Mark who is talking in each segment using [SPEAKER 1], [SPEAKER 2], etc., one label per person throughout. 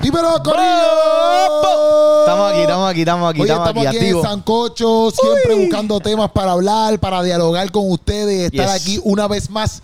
[SPEAKER 1] ¡Dímelo, Corillo!
[SPEAKER 2] Estamos aquí, estamos aquí, estamos aquí,
[SPEAKER 1] Oye,
[SPEAKER 2] estamos aquí,
[SPEAKER 1] aquí en
[SPEAKER 2] activos.
[SPEAKER 1] Sancocho, siempre buscando temas para hablar, para dialogar con ustedes, estar
[SPEAKER 2] Yes.
[SPEAKER 1] aquí una vez más,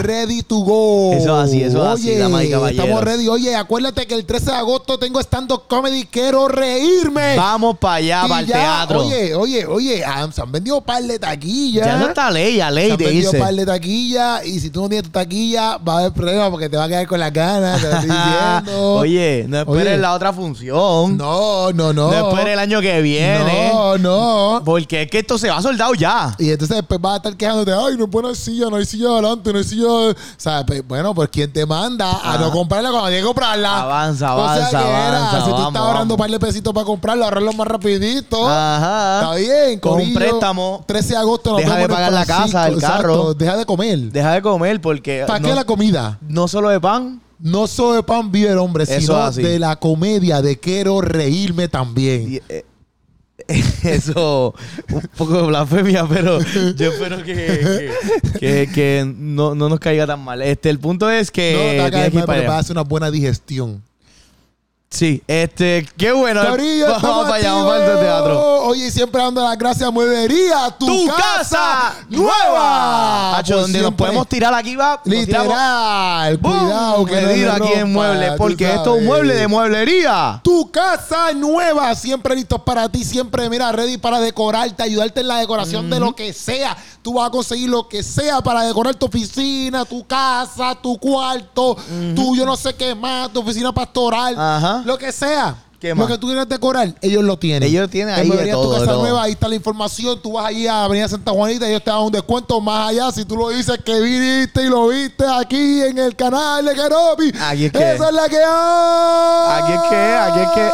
[SPEAKER 1] ready to go.
[SPEAKER 2] Eso es así, eso es así,
[SPEAKER 1] Oye,
[SPEAKER 2] damas y caballeros.
[SPEAKER 1] estamos ready. Oye, acuérdate que el 13 de agosto tengo stand-up comedy, quiero reírme.
[SPEAKER 2] Vamos para allá,
[SPEAKER 1] Y
[SPEAKER 2] para el
[SPEAKER 1] ya,
[SPEAKER 2] teatro.
[SPEAKER 1] Oye, oye, oye, ah, se han vendido par de taquillas.
[SPEAKER 2] ya eso está ley, ya
[SPEAKER 1] Se
[SPEAKER 2] ley
[SPEAKER 1] han
[SPEAKER 2] de
[SPEAKER 1] vendido
[SPEAKER 2] irse.
[SPEAKER 1] par de taquillas y si tú no tienes tu taquilla va a haber problemas porque te va a quedar con las ganas, te lo estoy diciendo.
[SPEAKER 2] Oye, no esperes
[SPEAKER 1] Oye.
[SPEAKER 2] la otra función. No,
[SPEAKER 1] No, no, no.
[SPEAKER 2] esperes el año que viene.
[SPEAKER 1] No, no.
[SPEAKER 2] Porque es que esto se va soldado ya.
[SPEAKER 1] Y entonces después vas a estar quejándote, ay, no hay buena silla, no hay silla adelante, no hay silla. O sea, pues, bueno, pues quien te manda a
[SPEAKER 2] Ah.
[SPEAKER 1] no comprarla cuando llegue a comprarla.
[SPEAKER 2] Avanza,
[SPEAKER 1] O sea,
[SPEAKER 2] avanza,
[SPEAKER 1] que era,
[SPEAKER 2] avanza,
[SPEAKER 1] si tú
[SPEAKER 2] vamos,
[SPEAKER 1] estás ahorrando
[SPEAKER 2] vamos.
[SPEAKER 1] un par de pesitos para comprarla, ahorrarlo más rapidito. Está
[SPEAKER 2] Ajá.
[SPEAKER 1] bien,
[SPEAKER 2] Con un
[SPEAKER 1] corillo.
[SPEAKER 2] préstamo.
[SPEAKER 1] 13 de agosto nos
[SPEAKER 2] Deja
[SPEAKER 1] vemos
[SPEAKER 2] de
[SPEAKER 1] en el
[SPEAKER 2] pagar la
[SPEAKER 1] Francisco.
[SPEAKER 2] casa, el carro.
[SPEAKER 1] Deja de comer.
[SPEAKER 2] Deja de comer porque
[SPEAKER 1] ¿Para qué
[SPEAKER 2] no,
[SPEAKER 1] la comida?
[SPEAKER 2] no solo de pan.
[SPEAKER 1] No solo de pan vive el hombre,
[SPEAKER 2] Eso
[SPEAKER 1] sino
[SPEAKER 2] así.
[SPEAKER 1] de la comedia, de quiero reírme también.
[SPEAKER 2] Y, eh, Eso, un poco de blasfemia, pero yo espero que, que, que- que no, no nos caiga tan mal. Este, el punto es que.
[SPEAKER 1] no, te va a
[SPEAKER 2] tienes
[SPEAKER 1] caer
[SPEAKER 2] que ir
[SPEAKER 1] mal,
[SPEAKER 2] para
[SPEAKER 1] pero vas
[SPEAKER 2] allá.
[SPEAKER 1] a hacer una buena digestión.
[SPEAKER 2] Sí, este, qué bueno.
[SPEAKER 1] Corillo,
[SPEAKER 2] vamos
[SPEAKER 1] estamos
[SPEAKER 2] para allá, vamos
[SPEAKER 1] activos.
[SPEAKER 2] para el teatro.
[SPEAKER 1] Oye, siempre dando las gracias a Mueblería, tu,
[SPEAKER 2] ¡Tu
[SPEAKER 1] casa
[SPEAKER 2] casa
[SPEAKER 1] nueva.
[SPEAKER 2] Hacho,
[SPEAKER 1] Por
[SPEAKER 2] donde nos
[SPEAKER 1] siempre.
[SPEAKER 2] podemos tirar aquí, va. nos tiramos,
[SPEAKER 1] Literal,
[SPEAKER 2] ¡bum!
[SPEAKER 1] cuidado que no
[SPEAKER 2] Medido
[SPEAKER 1] me
[SPEAKER 2] aquí en
[SPEAKER 1] rompa,
[SPEAKER 2] muebles,
[SPEAKER 1] tú
[SPEAKER 2] porque esto es
[SPEAKER 1] sabes.
[SPEAKER 2] un mueble de mueblería.
[SPEAKER 1] Tu casa nueva, siempre listos para ti, siempre, mira, ready para decorarte, ayudarte en la decoración de lo que sea. Tú vas a conseguir lo que sea para decorar tu oficina, tu casa, tu cuarto, tu yo no sé qué más, tu oficina pastoral,
[SPEAKER 2] Ajá.
[SPEAKER 1] lo que sea.
[SPEAKER 2] ¿Qué
[SPEAKER 1] lo
[SPEAKER 2] más?
[SPEAKER 1] que tú quieras decorar, ellos lo tienen.
[SPEAKER 2] Ellos tienen
[SPEAKER 1] En
[SPEAKER 2] ahí de
[SPEAKER 1] Mueblería
[SPEAKER 2] todo,
[SPEAKER 1] tu
[SPEAKER 2] de
[SPEAKER 1] casa
[SPEAKER 2] todo.
[SPEAKER 1] nueva, ahí está la información. Tú vas allí a Avenida Santa Juanita y ellos te dan un descuento más allá. Si tú lo dices que viniste y lo viste aquí en el canal de Keropi.
[SPEAKER 2] Aquí es que-
[SPEAKER 1] Esa es la que hay.
[SPEAKER 2] Aquí es que, aquí es que-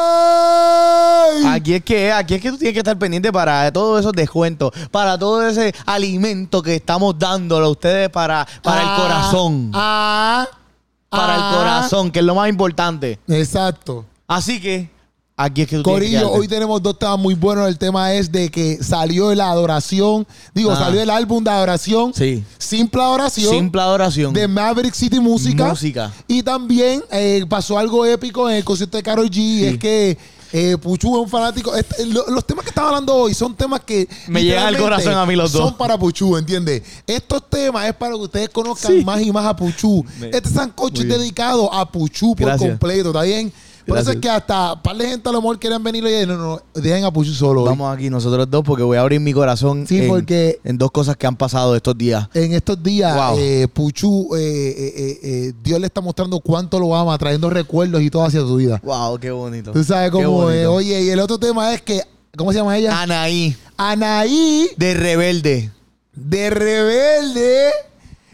[SPEAKER 1] Ay.
[SPEAKER 2] Aquí es que, aquí es que tú tienes que estar pendiente para todos esos descuentos, para todo ese alimento que estamos dándole a ustedes para,
[SPEAKER 1] Ah,
[SPEAKER 2] para el corazón.
[SPEAKER 1] ah,
[SPEAKER 2] para
[SPEAKER 1] ah.
[SPEAKER 2] el corazón, que es lo más importante.
[SPEAKER 1] Exacto.
[SPEAKER 2] Así que, aquí es que tú tienes que
[SPEAKER 1] Corillo,
[SPEAKER 2] quedarte.
[SPEAKER 1] hoy tenemos dos temas muy buenos. El tema es de que salió la adoración. Digo,
[SPEAKER 2] Ah.
[SPEAKER 1] salió el álbum de adoración.
[SPEAKER 2] Sí.
[SPEAKER 1] Simple adoración.
[SPEAKER 2] Simple adoración.
[SPEAKER 1] de Maverick City Música.
[SPEAKER 2] Música.
[SPEAKER 1] Y también eh, pasó algo épico en el concierto de Karol G. y Es que eh, Puchu es un fanático. Este, lo- los temas que estamos hablando hoy son temas que.
[SPEAKER 2] Me llegan al
[SPEAKER 1] literalmente
[SPEAKER 2] corazón a mí los dos.
[SPEAKER 1] Son para Puchu, ¿entiendes? Estos temas es para que ustedes conozcan
[SPEAKER 2] Sí.
[SPEAKER 1] más y más a Puchu.
[SPEAKER 2] Me-
[SPEAKER 1] este sancocho
[SPEAKER 2] Muy
[SPEAKER 1] es
[SPEAKER 2] bien.
[SPEAKER 1] dedicado a Puchu por
[SPEAKER 2] Gracias.
[SPEAKER 1] completo, ¿está bien? Por eso
[SPEAKER 2] Gracias.
[SPEAKER 1] es que hasta un par de gente a lo mejor querían venir y oye, no, no, dejen a Puchu solo. hoy.
[SPEAKER 2] Vamos aquí nosotros dos porque voy a abrir mi corazón
[SPEAKER 1] Sí,
[SPEAKER 2] en,
[SPEAKER 1] porque-
[SPEAKER 2] en dos cosas que han pasado estos días.
[SPEAKER 1] En estos días,
[SPEAKER 2] Wow.
[SPEAKER 1] eh, Puchu, eh, eh, eh, eh, Dios le está mostrando cuánto lo ama, trayendo recuerdos y todo hacia tu vida.
[SPEAKER 2] Wow, qué bonito.
[SPEAKER 1] Tú sabes
[SPEAKER 2] Qué
[SPEAKER 1] cómo es.
[SPEAKER 2] bonito.
[SPEAKER 1] Oye, y el otro tema es que, ¿cómo se llama ella?
[SPEAKER 2] Anaí,
[SPEAKER 1] Anaí
[SPEAKER 2] de Rebelde.
[SPEAKER 1] de Rebelde.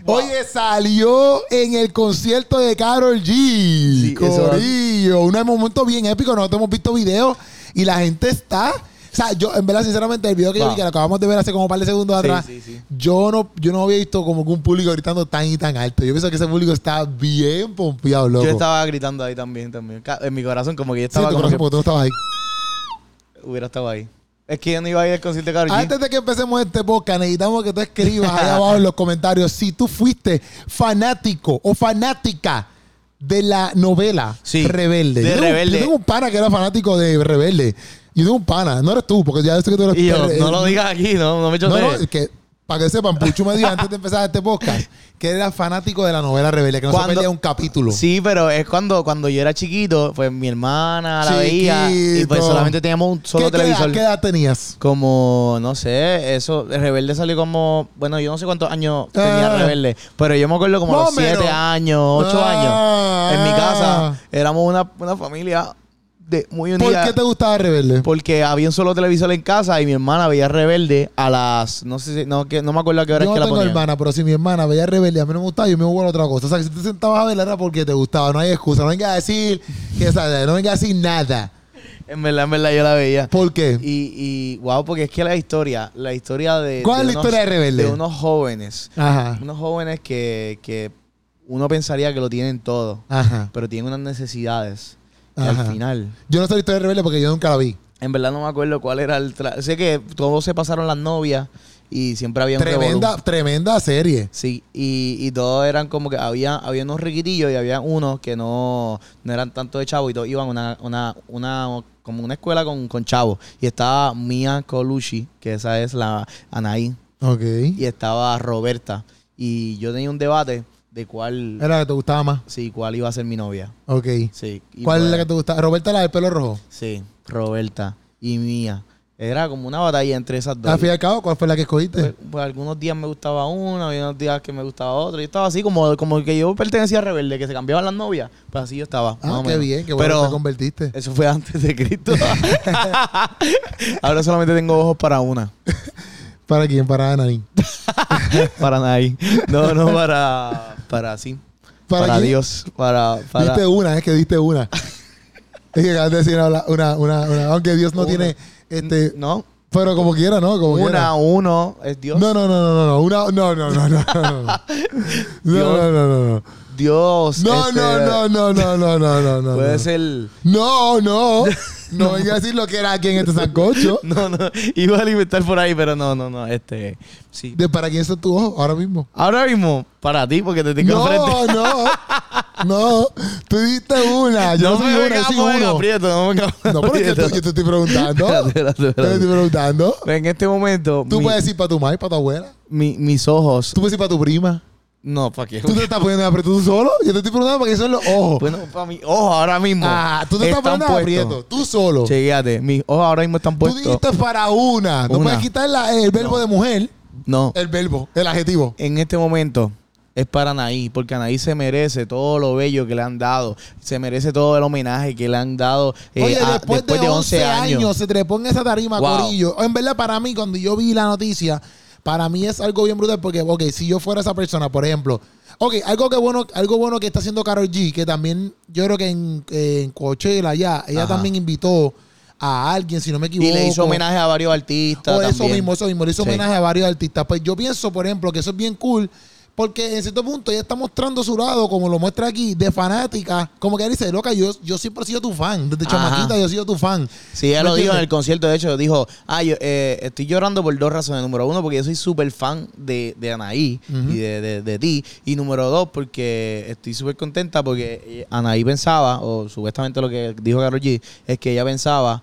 [SPEAKER 2] Wow.
[SPEAKER 1] Oye, salió en el concierto de Carol G.
[SPEAKER 2] eso-
[SPEAKER 1] Corillo. Un momento bien épico. Nosotros hemos visto videos y la gente está. O sea, yo, en verdad, sinceramente, el video que yo
[SPEAKER 2] Wow.
[SPEAKER 1] vi, que lo acabamos de ver hace como un par de segundos
[SPEAKER 2] Sí,
[SPEAKER 1] atrás,
[SPEAKER 2] sí, sí.
[SPEAKER 1] Yo, no, yo no había visto como que un público gritando tan y tan alto. Yo pienso que ese público está bien pompeado, loco.
[SPEAKER 2] Yo estaba gritando ahí también, también. Ca- En mi corazón, como que yo
[SPEAKER 1] Sí,
[SPEAKER 2] estaba
[SPEAKER 1] tu
[SPEAKER 2] como
[SPEAKER 1] corazón, porque tú no estabas ahí.
[SPEAKER 2] que hubiera estado ahí. Es que yo no iba a ir al concierto de Karol G.
[SPEAKER 1] Antes de que empecemos Ah, este podcast, necesitamos que tú escribas allá abajo en los comentarios si tú fuiste fanático o fanática de la novela
[SPEAKER 2] Sí,
[SPEAKER 1] Rebelde.
[SPEAKER 2] de
[SPEAKER 1] yo tengo,
[SPEAKER 2] Rebelde.
[SPEAKER 1] yo tengo un pana que era fanático de Rebelde. Yo tengo un pana, no eres tú, porque ya sé que tú eres
[SPEAKER 2] Y yo,
[SPEAKER 1] eres-
[SPEAKER 2] no lo digas aquí, no, no me echo
[SPEAKER 1] este No, no,
[SPEAKER 2] de-
[SPEAKER 1] que para que sepan, Puchu me dijo antes de empezar este podcast que era fanático de la novela Rebelde, que no se
[SPEAKER 2] Cuando-
[SPEAKER 1] perdía un capítulo.
[SPEAKER 2] Sí, pero es cuando, cuando yo era chiquito, pues mi hermana la veía y pues
[SPEAKER 1] Chiquito.
[SPEAKER 2] solamente teníamos un solo
[SPEAKER 1] ¿Qué- qué edad-
[SPEAKER 2] televisor.
[SPEAKER 1] ¿Qué edad tenías?
[SPEAKER 2] Como, no sé, eso, el Rebelde salió como, bueno, yo no sé cuántos años tenía
[SPEAKER 1] Ah.
[SPEAKER 2] Rebelde, pero yo me acuerdo como
[SPEAKER 1] Más
[SPEAKER 2] los
[SPEAKER 1] o menos.
[SPEAKER 2] siete años, ocho
[SPEAKER 1] Ah.
[SPEAKER 2] años, en mi casa, éramos una, una familia de muy
[SPEAKER 1] ¿Por
[SPEAKER 2] unida.
[SPEAKER 1] qué te gustaba Rebelde?
[SPEAKER 2] Porque había un solo televisor en casa y mi hermana veía Rebelde a las, no sé, si- no, que, no me acuerdo a qué hora
[SPEAKER 1] yo
[SPEAKER 2] es
[SPEAKER 1] no
[SPEAKER 2] que la
[SPEAKER 1] tengo
[SPEAKER 2] ponían.
[SPEAKER 1] hermana, pero si mi hermana veía Rebelde, a mí no me gustaba, yo me jugaba a otra cosa. O sea, que si te sentabas a verla era porque te gustaba. No hay excusa. No vengas a decir que, o sea, no vengas a decir nada.
[SPEAKER 2] En verdad, en verdad yo la veía.
[SPEAKER 1] ¿Por qué?
[SPEAKER 2] Y, y wow, porque es que la historia, la historia de...
[SPEAKER 1] ¿Cuál es
[SPEAKER 2] de
[SPEAKER 1] la historia de Rebelde?
[SPEAKER 2] De unos jóvenes,
[SPEAKER 1] Ajá.
[SPEAKER 2] unos jóvenes que, que uno pensaría que lo tienen todo,
[SPEAKER 1] Ajá.
[SPEAKER 2] pero tienen unas necesidades. Y
[SPEAKER 1] Ajá.
[SPEAKER 2] al final,
[SPEAKER 1] Yo no sé la historia de Rebelde porque yo nunca la vi.
[SPEAKER 2] en verdad no me acuerdo cuál era el... tra- sé que todos se pasaron las novias y siempre había un
[SPEAKER 1] Tremenda,
[SPEAKER 2] revolú.
[SPEAKER 1] tremenda serie.
[SPEAKER 2] Sí, y, y todos eran como que había, había unos riquitillos y había unos que no, no eran tanto de chavos y todos iban a una, una, una, como una escuela con, con chavos. Y estaba Mia Colucci, que esa es la Anaí,
[SPEAKER 1] Ok.
[SPEAKER 2] y estaba Roberta. Y yo tenía un debate de cuál,
[SPEAKER 1] Era la que te gustaba más.
[SPEAKER 2] sí, cuál iba a ser mi novia.
[SPEAKER 1] Ok.
[SPEAKER 2] Sí. y
[SPEAKER 1] ¿Cuál es la
[SPEAKER 2] pues-
[SPEAKER 1] que te gustaba? Roberta, la del pelo rojo.
[SPEAKER 2] Sí, Roberta y Mía. Era como una batalla entre esas dos.
[SPEAKER 1] Al fin y al cabo, ¿cuál fue la que escogiste?
[SPEAKER 2] Pues, pues, algunos días me gustaba una, había unos días que me gustaba otra. Yo estaba así como, como que yo pertenecía a Rebelde, que se cambiaban las novias. Pues así yo estaba. más
[SPEAKER 1] Ah,
[SPEAKER 2] o
[SPEAKER 1] qué
[SPEAKER 2] menos.
[SPEAKER 1] bien, qué bueno que te
[SPEAKER 2] Pero
[SPEAKER 1] convertiste.
[SPEAKER 2] eso fue antes de Cristo. Ahora solamente tengo ojos para una.
[SPEAKER 1] ¿Para quién? Para Ananín.
[SPEAKER 2] Para nadie. No, no, para. Para sí.
[SPEAKER 1] ¿Para
[SPEAKER 2] Para,
[SPEAKER 1] quién?
[SPEAKER 2] Dios. Para. para
[SPEAKER 1] Diste una, es que diste una. es que acabas de decir una, una, una, una- Aunque Dios no
[SPEAKER 2] Una.
[SPEAKER 1] tiene. Este,
[SPEAKER 2] no.
[SPEAKER 1] pero como quiera, ¿no? Como quiera.
[SPEAKER 2] Una, uno, es Dios.
[SPEAKER 1] No, no, no, no, no, no. Una, no, no, no, no, no, no. No, no, no, no, no.
[SPEAKER 2] Dios.
[SPEAKER 1] No,
[SPEAKER 2] este,
[SPEAKER 1] no, no, no, no, no, no, no, no.
[SPEAKER 2] Puede
[SPEAKER 1] no.
[SPEAKER 2] ser.
[SPEAKER 1] No, no. No venga a decir lo que era aquí en este sancocho.
[SPEAKER 2] No, no, iba a alimentar por ahí, pero no, no, no, este, sí.
[SPEAKER 1] De para quién son tus ojos ahora mismo.
[SPEAKER 2] Ahora mismo, para ti, porque te tengo enfrente.
[SPEAKER 1] No, no. No. Tú diste una. ah, Yo no, soy una, yo soy
[SPEAKER 2] vengamos en
[SPEAKER 1] uno.
[SPEAKER 2] aprieto, no me vengamos en
[SPEAKER 1] No, pero es que
[SPEAKER 2] aprieto.
[SPEAKER 1] tú- yo te estoy preguntando.
[SPEAKER 2] Espérate, espérate,
[SPEAKER 1] Yo te
[SPEAKER 2] espérate.
[SPEAKER 1] estoy preguntando.
[SPEAKER 2] En este momento,
[SPEAKER 1] Tú
[SPEAKER 2] mi-
[SPEAKER 1] puedes decir para tu madre, para tu abuela.
[SPEAKER 2] mi- mis ojos,
[SPEAKER 1] Tú puedes decir para tu prima.
[SPEAKER 2] no, ¿para qué?
[SPEAKER 1] Tú te estás poniendo de aprieto tú solo. Yo te estoy preguntando para qué son los ojos.
[SPEAKER 2] Bueno, para mis ojos ahora mismo
[SPEAKER 1] ah, tú te estás
[SPEAKER 2] Pues, están
[SPEAKER 1] poniendo de aprieto.
[SPEAKER 2] puestos.
[SPEAKER 1] Tú solo.
[SPEAKER 2] Chequéate, mis ojos ahora mismo están
[SPEAKER 1] Tú
[SPEAKER 2] puestos.
[SPEAKER 1] dijiste para una. No
[SPEAKER 2] Una.
[SPEAKER 1] puedes quitar la- el verbo
[SPEAKER 2] No.
[SPEAKER 1] de mujer.
[SPEAKER 2] No,
[SPEAKER 1] El verbo, el adjetivo.
[SPEAKER 2] en este momento es para Anaí, porque Anaí se merece todo lo bello que le han dado, se merece todo el homenaje que le han dado eh,
[SPEAKER 1] Oye,
[SPEAKER 2] a-
[SPEAKER 1] después, de 11 años, se trepó en esa tarima,
[SPEAKER 2] Wow.
[SPEAKER 1] Corillo. En verdad, para mí, cuando yo vi la noticia, para mí es algo bien brutal porque, ok, si yo fuera esa persona, por ejemplo, ok, algo que bueno, algo bueno que está haciendo Carol G, que también yo creo que en, en Coachella ya, ella
[SPEAKER 2] Ajá.
[SPEAKER 1] también invitó a alguien, si no me equivoco.
[SPEAKER 2] Y le hizo homenaje a varios artistas.
[SPEAKER 1] O eso
[SPEAKER 2] también.
[SPEAKER 1] mismo, eso mismo, le hizo
[SPEAKER 2] Sí.
[SPEAKER 1] homenaje a varios artistas. Pues yo pienso, por ejemplo, que eso es bien cool. Porque en cierto punto ella está mostrando su lado, como lo muestra aquí, de fanática. Como que ella dice, loca, yo, yo siempre he sido tu fan. Desde
[SPEAKER 2] Ajá.
[SPEAKER 1] chamaquita yo he sido tu fan.
[SPEAKER 2] Sí, ella
[SPEAKER 1] ¿Me
[SPEAKER 2] lo dijo en el
[SPEAKER 1] entiendes?
[SPEAKER 2] concierto, de hecho, dijo, ah, yo, eh, estoy llorando por dos razones. Número uno, porque yo soy súper fan de, de Anaí
[SPEAKER 1] Ujú.
[SPEAKER 2] y de, de- de ti. Y número dos, porque estoy súper contenta porque eh, Anaí pensaba, o supuestamente lo que dijo Karol G, es que ella pensaba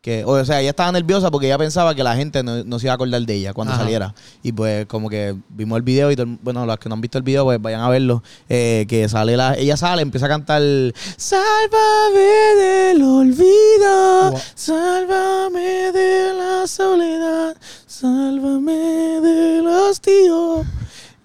[SPEAKER 2] que, o sea, ella estaba nerviosa porque ella pensaba que la gente no, no se iba a acordar de ella cuando
[SPEAKER 1] Ajá.
[SPEAKER 2] saliera. Y pues como que vimos el video y, todo el- bueno, los que no han visto el video, pues vayan a verlo. eh, que sale la, ella sale, empieza a cantar, sálvame del olvido,
[SPEAKER 1] Wow.
[SPEAKER 2] sálvame de la soledad, sálvame del hastío.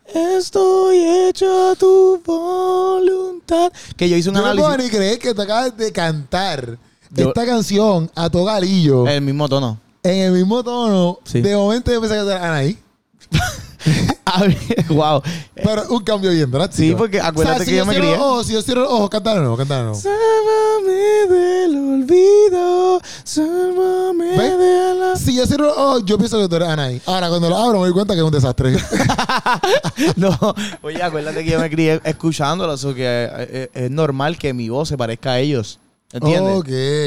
[SPEAKER 2] Estoy hecho a tu voluntad. Que yo hice un
[SPEAKER 1] Yo no
[SPEAKER 2] análisis.
[SPEAKER 1] puedo ni creer que te acabas de cantar
[SPEAKER 2] Yo-
[SPEAKER 1] esta canción a tu garillo
[SPEAKER 2] El mismo tono.
[SPEAKER 1] en el mismo tono.
[SPEAKER 2] Sí.
[SPEAKER 1] De momento yo pensé que era Anaí.
[SPEAKER 2] wow.
[SPEAKER 1] Pero un cambio bien drástico.
[SPEAKER 2] Eh. Sí, porque acuérdate que
[SPEAKER 1] si
[SPEAKER 2] yo me
[SPEAKER 1] cierro
[SPEAKER 2] crié.
[SPEAKER 1] los ojos, si yo cierro los ojos, cantaron no, cantaron no.
[SPEAKER 2] Sálvame del olvido, sálvame
[SPEAKER 1] ¿Ves?
[SPEAKER 2] de la...
[SPEAKER 1] Si yo cierro los ojos, yo pienso que tú eres Anaí. Ahora, cuando lo abro, me doy cuenta que es un desastre.
[SPEAKER 2] No, oye, acuérdate que yo me crié escuchándolos, o que eh, eh, es normal que mi voz se parezca a ellos, ¿entiendes?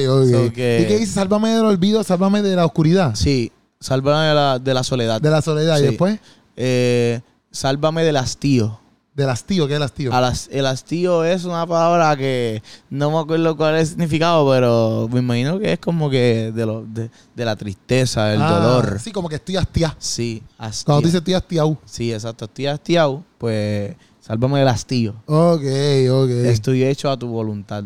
[SPEAKER 1] Ok, ok.
[SPEAKER 2] So que-
[SPEAKER 1] ¿Y qué dice? Sálvame del olvido, sálvame de la oscuridad,
[SPEAKER 2] Sí, sálvame de la, de la soledad.
[SPEAKER 1] de la soledad
[SPEAKER 2] Sí.
[SPEAKER 1] y después
[SPEAKER 2] Eh, sálvame del hastío.
[SPEAKER 1] del hastío, ¿qué es el hastío?
[SPEAKER 2] A las- el hastío es una palabra que no me acuerdo cuál es el significado, pero me imagino que es como que de, lo, de, de la tristeza, el
[SPEAKER 1] Ah,
[SPEAKER 2] dolor.
[SPEAKER 1] Sí, como que estoy hastiado.
[SPEAKER 2] Sí, hastío.
[SPEAKER 1] Cuando tú dices estoy hastiado.
[SPEAKER 2] Sí, exacto. Estoy hastiado, pues sálvame del hastío.
[SPEAKER 1] Ok, ok.
[SPEAKER 2] Estoy hecho a tu voluntad.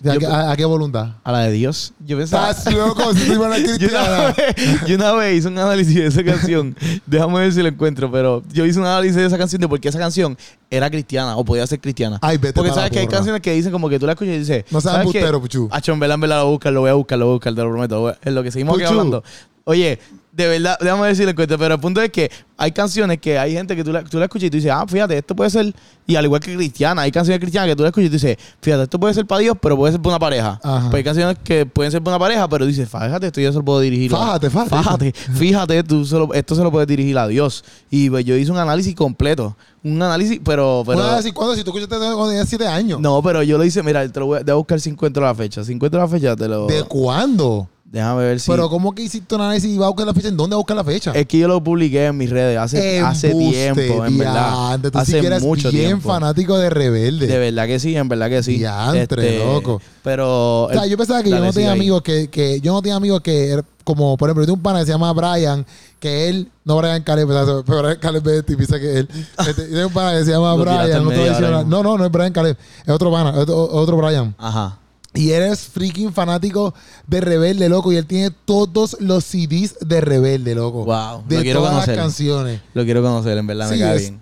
[SPEAKER 1] ¿De a,
[SPEAKER 2] yo-
[SPEAKER 1] qué, a- a qué voluntad?
[SPEAKER 2] A la de Dios. Yo pensaba.
[SPEAKER 1] Estás loco, si soy buena
[SPEAKER 2] Yo una,
[SPEAKER 1] cristiana.
[SPEAKER 2] vez, yo una vez hice un análisis de esa canción. Déjame ver si lo encuentro, pero yo hice un análisis de esa canción de por qué esa canción era cristiana o podía ser cristiana.
[SPEAKER 1] Ay, vete
[SPEAKER 2] Porque
[SPEAKER 1] pa' la
[SPEAKER 2] sabes que hay
[SPEAKER 1] porra.
[SPEAKER 2] canciones que dicen como que tú la escuchas y dices.
[SPEAKER 1] No seas
[SPEAKER 2] ¿sabes qué?
[SPEAKER 1] embustero, Puchu.
[SPEAKER 2] Acho, Ah, en verdad, en verdad, lo voy a buscar, lo voy a buscar, lo voy a buscar, te lo prometo. En lo que seguimos aquí
[SPEAKER 1] Puchu.
[SPEAKER 2] hablando. Oye, de verdad, déjame decirle cuento, pero el punto es que hay canciones que hay gente que tú la, tú la escuchas y tú dices, ah, fíjate, esto puede ser, y al igual que cristiana, hay canciones cristianas que tú la escuchas y tú dices, fíjate, esto puede ser para Dios, pero puede ser para una pareja.
[SPEAKER 1] Ajá.
[SPEAKER 2] Pues hay canciones que pueden ser para una pareja, pero dices, fíjate, esto yo se lo puedo dirigir. a-
[SPEAKER 1] Fájate, fájate.
[SPEAKER 2] Fájate, fíjate, tú se lo- esto se lo puedes dirigir a Dios. Y pues, yo hice un análisis completo, un análisis, pero... pero
[SPEAKER 1] Una vez y cuando, si tú escuchaste cuando tenías 7 años.
[SPEAKER 2] no, pero yo lo hice, mira, te lo voy a, te voy a buscar si encuentro la fecha. Si encuentro la fecha, te lo.
[SPEAKER 1] ¿De cuándo?
[SPEAKER 2] Déjame ver si.
[SPEAKER 1] Pero ¿cómo que hiciste un análisis y vas a buscar la fecha? ¿En dónde vas a buscar la fecha?
[SPEAKER 2] Es que yo lo publiqué en mis redes hace, hace
[SPEAKER 1] Embuste,
[SPEAKER 2] tiempo, en verdad.
[SPEAKER 1] diantre. Tú sí
[SPEAKER 2] hace
[SPEAKER 1] que eras
[SPEAKER 2] mucho
[SPEAKER 1] bien
[SPEAKER 2] tiempo.
[SPEAKER 1] fanático de Rebelde.
[SPEAKER 2] De verdad que sí, en verdad que sí. Este,
[SPEAKER 1] Diantre, loco.
[SPEAKER 2] Pero.
[SPEAKER 1] o sea, yo pensaba que yo
[SPEAKER 2] dale,
[SPEAKER 1] no tenía
[SPEAKER 2] sigue ahí.
[SPEAKER 1] amigos que, que yo no tenía amigos que er- como por ejemplo yo tengo un pana que se llama Brian que él no Brian Caleb pero Brian Caleb es tipiza que él Este, yo tengo un pana que se llama
[SPEAKER 2] Lo
[SPEAKER 1] Brian
[SPEAKER 2] tiraste al
[SPEAKER 1] no, te voy a
[SPEAKER 2] medio
[SPEAKER 1] decir
[SPEAKER 2] ahora
[SPEAKER 1] nada.
[SPEAKER 2] mismo.
[SPEAKER 1] no no no es Brian Caleb es otro pana otro, otro Brian
[SPEAKER 2] Ajá.
[SPEAKER 1] y él es freaking fanático de Rebelde, loco. Y él tiene todos los CDs de Rebelde, loco.
[SPEAKER 2] Wow,
[SPEAKER 1] De
[SPEAKER 2] lo quiero
[SPEAKER 1] todas
[SPEAKER 2] conocer.
[SPEAKER 1] las canciones.
[SPEAKER 2] Lo quiero conocer, en verdad
[SPEAKER 1] Sí,
[SPEAKER 2] me cae
[SPEAKER 1] es-
[SPEAKER 2] bien.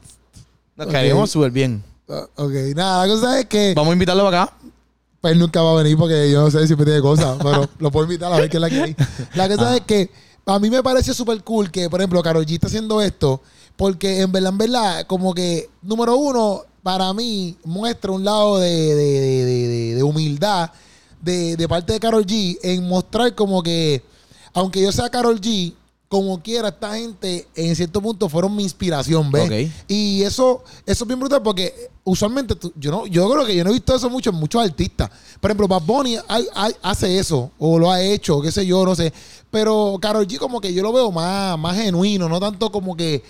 [SPEAKER 2] Nos
[SPEAKER 1] Ok. Eh.
[SPEAKER 2] caemos súper bien.
[SPEAKER 1] Ah, ok, nada, la cosa es que
[SPEAKER 2] Vamos a invitarlo para acá.
[SPEAKER 1] pues, él nunca va a venir porque yo no sé siempre tiene cosas. pero lo puedo invitar a ver qué es la que hay. La cosa es que a mí me parece súper cool que, por ejemplo, Karol G está haciendo esto. Porque en verdad, en verdad, como que, número uno, para mí, muestra un lado de, de- de- de- de- de humildad de, de parte de Karol G en mostrar como que, aunque yo sea Karol G, como quiera, esta gente en cierto punto fueron mi inspiración, ¿ves?
[SPEAKER 2] Ok.
[SPEAKER 1] Y eso, eso es bien brutal porque eh, usualmente tú- yo no, yo creo que yo no he visto eso mucho en muchos artistas. Por ejemplo, Bad Bunny hay- hay- hace eso, o lo ha hecho, qué sé yo, no sé. Pero Karol G como que yo lo veo más, más genuino, no tanto como que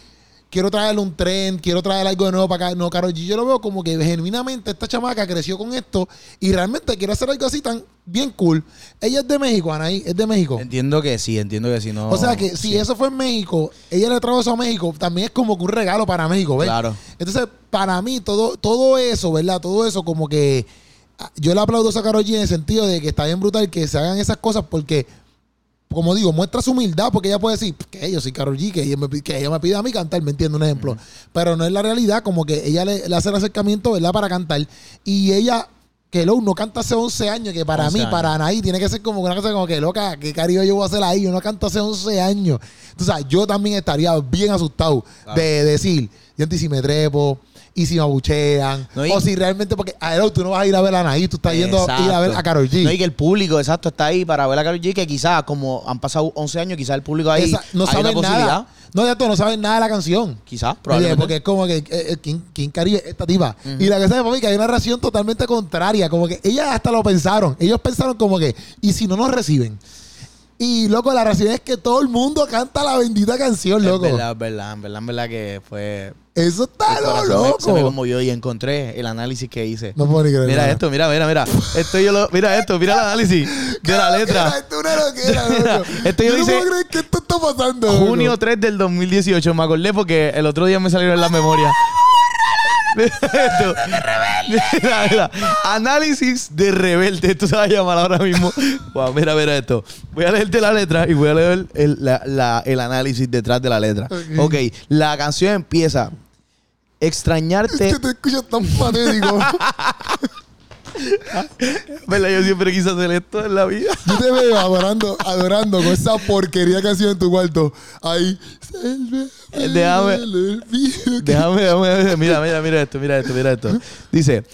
[SPEAKER 1] quiero traerle un tren, quiero traer algo de nuevo para acá. No, Karol G, yo lo veo como que genuinamente esta chamaca creció con esto y realmente quiere hacer algo así tan bien cool. Ella es de México, Anaí, es de México.
[SPEAKER 2] Entiendo que sí, entiendo que sí. No,
[SPEAKER 1] O sea que si
[SPEAKER 2] sí.
[SPEAKER 1] eso fue en México, ella le trajo eso a México, también es como que un regalo para México, ¿ves?
[SPEAKER 2] Claro.
[SPEAKER 1] Entonces, para mí, todo, todo eso, ¿verdad? Todo eso, como que ah, yo le aplaudo a Karol G en el sentido de que está bien brutal que se hagan esas cosas porque, como digo, muestra su humildad porque ella puede decir que yo soy Karol G, que ella, me, pi- que ella me pide a mí cantar, me entiendo un ejemplo. Pero no es la realidad, como que ella le, le hace el acercamiento, ¿verdad? Para cantar. Y ella. Que Low no canta hace 11 años, que para
[SPEAKER 2] 11
[SPEAKER 1] mí,
[SPEAKER 2] años.
[SPEAKER 1] para Anaí, tiene que ser como una cosa como que loca, ¿qué cariño yo voy a hacer ahí? Yo no canto hace 11 años. Tú sabes, yo también estaría bien asustado
[SPEAKER 2] Claro.
[SPEAKER 1] de decir, yo si me trepo, y si me abuchean,
[SPEAKER 2] No, y-
[SPEAKER 1] o si realmente, porque a Hello, tú no vas a ir a ver a Anaí, tú estás yendo a ir a ver a
[SPEAKER 2] Exacto.
[SPEAKER 1] Karol G.
[SPEAKER 2] No, y que el público, exacto, está ahí para ver a Karol G, que quizás, como han pasado 11 años, quizás el público ahí
[SPEAKER 1] Esa- no
[SPEAKER 2] hay
[SPEAKER 1] saben
[SPEAKER 2] una
[SPEAKER 1] nada. No, ya tú no sabes nada de la canción.
[SPEAKER 2] Quizás,
[SPEAKER 1] Oye,
[SPEAKER 2] probablemente.
[SPEAKER 1] porque es como que eh, eh, King, King Caribe, esta tipa. Y la cosa es, papi, que hay una reacción totalmente contraria. Como que ellas hasta lo pensaron. Ellos pensaron como que, ¿y si no nos reciben? Y loco, la reacción es que todo el mundo canta la bendita canción, loco.
[SPEAKER 2] Es verdad, es verdad, en verdad, en verdad que fue...
[SPEAKER 1] Eso está
[SPEAKER 2] el
[SPEAKER 1] lo
[SPEAKER 2] corazón me- Se me
[SPEAKER 1] loco.
[SPEAKER 2] conmovió y encontré el análisis que hice.
[SPEAKER 1] No puedo ni creer.
[SPEAKER 2] mira
[SPEAKER 1] nada.
[SPEAKER 2] esto, mira, mira, mira. Esto yo lo, mira esto, mira el análisis de la
[SPEAKER 1] Era,
[SPEAKER 2] letra.
[SPEAKER 1] esto era lo que era, loco.
[SPEAKER 2] Esto yo
[SPEAKER 1] no
[SPEAKER 2] hice-
[SPEAKER 1] puedo creer que esto está pasando. loco.
[SPEAKER 2] Junio 3 del 2018, me acordé porque el otro día me salieron en la memoria. Mira esto. Mira, mira. Análisis de rebelde. Esto se va a llamar ahora mismo. Wow, mira, mira esto. Voy a leerte la letra y voy a leer el, la- la- el análisis detrás de la letra.
[SPEAKER 1] Ok.
[SPEAKER 2] Ok, la canción empieza. Extrañarte.
[SPEAKER 1] Yo te escucho tan patético.
[SPEAKER 2] ¿Verdad? Yo siempre quise hacer esto en la vida.
[SPEAKER 1] Yo te veo adorando, adorando con esa porquería que ha sido en tu cuarto. Ahí.
[SPEAKER 2] Eh, Déjame- Déjame, déjame, déjame. Mira, mira, mira esto, mira esto, mira esto. Dice,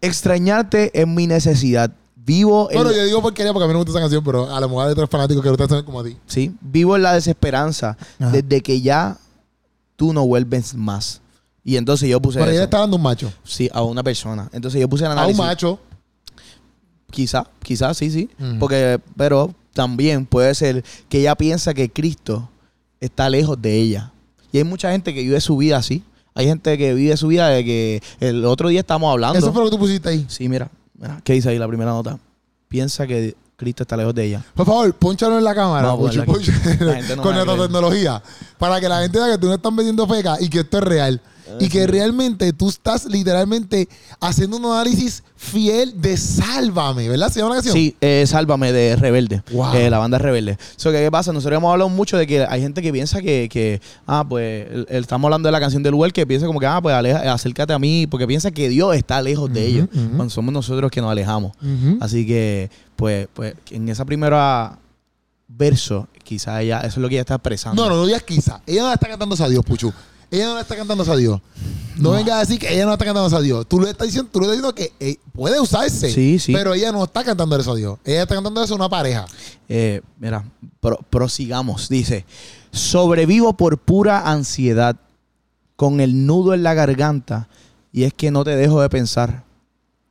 [SPEAKER 2] extrañarte es mi necesidad. Vivo en...
[SPEAKER 1] Bueno, yo digo porquería porque a mí no me gusta esa canción, pero a lo mejor hay otros fanáticos que no están como a ti.
[SPEAKER 2] Sí, vivo en la desesperanza
[SPEAKER 1] Ajá.
[SPEAKER 2] desde que ya tú no vuelves más. Y entonces yo puse
[SPEAKER 1] Pero ella
[SPEAKER 2] eso.
[SPEAKER 1] le está dando un macho.
[SPEAKER 2] Sí, a una persona. Entonces yo puse el
[SPEAKER 1] A un
[SPEAKER 2] análisis.
[SPEAKER 1] macho.
[SPEAKER 2] Quizá, quizá, sí, sí.
[SPEAKER 1] Ujú.
[SPEAKER 2] Porque, pero también puede ser que ella piensa que Cristo está lejos de ella. Y hay mucha gente que vive su vida así. Hay gente que vive su vida de que el otro día estamos hablando.
[SPEAKER 1] Eso fue lo que tú pusiste ahí.
[SPEAKER 2] Sí, mira, mira, ¿qué dice ahí la primera nota? Piensa que Cristo está lejos de ella.
[SPEAKER 1] Por favor, ponchalo en la cámara.
[SPEAKER 2] Vamos a
[SPEAKER 1] Puchi,
[SPEAKER 2] ponerlo aquí.
[SPEAKER 1] poncha-
[SPEAKER 2] La gente no
[SPEAKER 1] con
[SPEAKER 2] va a
[SPEAKER 1] nuestra
[SPEAKER 2] creer.
[SPEAKER 1] tecnología. Para que la gente vea que tú no estás vendiendo feca y que esto es real.
[SPEAKER 2] Ah,
[SPEAKER 1] Y que realmente tú estás literalmente haciendo un análisis fiel de Sálvame, ¿verdad? ¿Se llama la canción?
[SPEAKER 2] Sí, eh, Sálvame de Rebelde.
[SPEAKER 1] Wow.
[SPEAKER 2] Eh, la banda Rebelde. So, ¿qué, qué pasa? Nosotros hemos hablado mucho de que hay gente que piensa que, que, ah, pues, el- el- estamos hablando de la canción del Well, que piensa como que, ah, pues, aleja- acércate a mí, porque piensa que Dios está lejos de
[SPEAKER 1] Ujú,
[SPEAKER 2] ellos.
[SPEAKER 1] ujú.
[SPEAKER 2] Cuando somos nosotros que nos alejamos.
[SPEAKER 1] Ujú.
[SPEAKER 2] Así que, pues, pues, en esa primera verso, quizá ella, eso es lo que ella está expresando.
[SPEAKER 1] No, no, no digas quizá. Ella no le está cantando a Dios, Puchu. Ella no le está cantando a Dios. No, venga a decir que ella no está cantando a Dios. Tú le estás diciendo, tú le estás diciendo que eh, puede usarse.
[SPEAKER 2] Sí, sí.
[SPEAKER 1] Pero ella no está cantando eso a Dios. Ella está cantando eso a una pareja.
[SPEAKER 2] Eh, mira, pro- prosigamos. Dice, sobrevivo por pura ansiedad, con el nudo en la garganta, y es que no te dejo de pensar.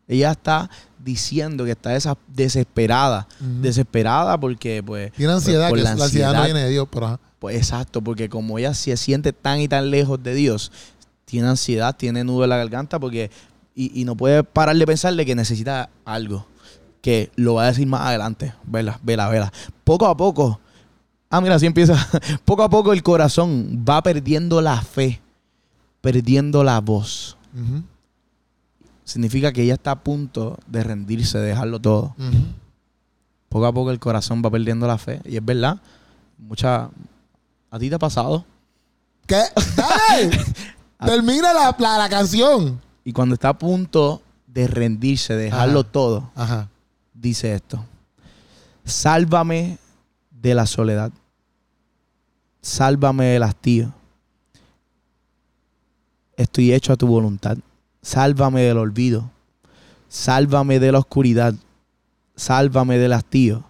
[SPEAKER 2] Ella está diciendo que está desa- desesperada.
[SPEAKER 1] Ujú.
[SPEAKER 2] Desesperada porque, pues.
[SPEAKER 1] Tiene
[SPEAKER 2] pues,
[SPEAKER 1] ansiedad,
[SPEAKER 2] por
[SPEAKER 1] que la ansiedad no
[SPEAKER 2] ansiedad.
[SPEAKER 1] viene de Dios, pero ajá.
[SPEAKER 2] Pues exacto, porque como ella se siente tan y tan lejos de Dios, tiene ansiedad, tiene nudo en la garganta, porque. Y, y no puede parar de pensarle que necesita algo. Que lo va a decir más adelante. Vela, vela, vela. Poco a poco. Ah, mira, así empieza. poco a poco el corazón va perdiendo la fe, perdiendo la voz.
[SPEAKER 1] Ujú,
[SPEAKER 2] Significa que ella está a punto de rendirse, de dejarlo todo.
[SPEAKER 1] ujú.
[SPEAKER 2] Poco a poco el corazón va perdiendo la fe. Y es verdad. Mucha. ¿A ti te ha pasado?
[SPEAKER 1] ¿Qué? ¡Dale! Termina la, la, la canción.
[SPEAKER 2] Y cuando está a punto de rendirse, de dejarlo
[SPEAKER 1] Ajá.
[SPEAKER 2] todo,
[SPEAKER 1] Ajá.
[SPEAKER 2] dice esto. Sálvame de la soledad. Sálvame del hastío. Estoy hecho a tu voluntad. Sálvame del olvido. Sálvame de la oscuridad. Sálvame del hastío.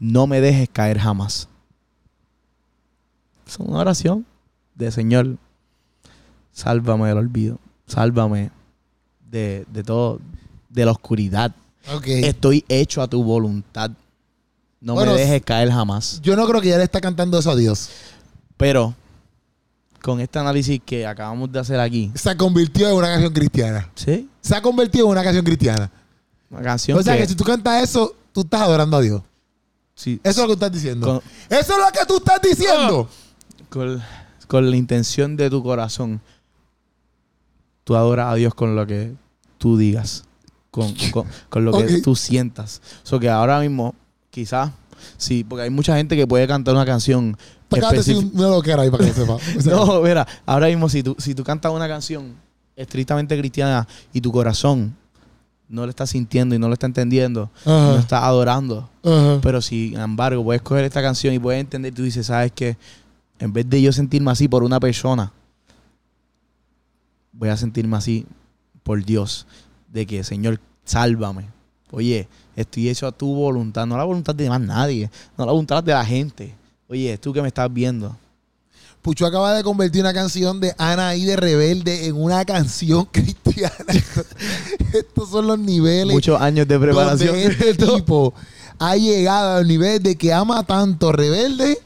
[SPEAKER 2] No me dejes caer jamás. Es una oración de Señor. Sálvame del olvido. Sálvame de, de todo. De la oscuridad.
[SPEAKER 1] Ok.
[SPEAKER 2] Estoy hecho a tu voluntad. No
[SPEAKER 1] Bueno,
[SPEAKER 2] me dejes caer jamás.
[SPEAKER 1] Yo no creo que ya le está cantando eso a Dios.
[SPEAKER 2] Pero, con este análisis que acabamos de hacer aquí,
[SPEAKER 1] Se convirtió en una canción cristiana.
[SPEAKER 2] ¿sí?
[SPEAKER 1] Se ha convertido en una canción cristiana.
[SPEAKER 2] Una canción
[SPEAKER 1] O sea
[SPEAKER 2] que,
[SPEAKER 1] que si tú cantas eso, tú estás adorando a Dios.
[SPEAKER 2] sí,
[SPEAKER 1] Eso es lo que tú estás diciendo.
[SPEAKER 2] Con- Ah.
[SPEAKER 1] Eso es lo que tú estás diciendo.
[SPEAKER 2] con, con la intención de tu corazón, tú adoras a Dios con lo que tú digas, con, con- con lo que
[SPEAKER 1] Ok.
[SPEAKER 2] tú sientas. O sea, que ahora mismo, quizás, sí, porque hay mucha gente que puede cantar una canción
[SPEAKER 1] Te acabas de decir
[SPEAKER 2] específica.
[SPEAKER 1] Pues una loquera ahí para que lo sepa. O sea,
[SPEAKER 2] No, mira, ahora mismo si tú, si tú cantas una canción estrictamente cristiana y tu corazón no lo está sintiendo y no lo está entendiendo,
[SPEAKER 1] Ajá.
[SPEAKER 2] no está adorando,
[SPEAKER 1] ajá.
[SPEAKER 2] pero sin embargo puedes coger esta canción y puedes entender, tú dices, sabes que en vez de yo sentirme así por una persona, voy a sentirme así por Dios, de que Señor, sálvame. Oye, estoy hecho a tu voluntad, no a la voluntad de más nadie, no a la voluntad de la gente. Oye, tú que me estás viendo.
[SPEAKER 1] Pucho acaba de convertir una canción de Ana y de Rebelde en una canción cristiana. Estos son los niveles.
[SPEAKER 2] Muchos años de preparación.
[SPEAKER 1] donde este tipo ha llegado al nivel de que ama tanto a Rebelde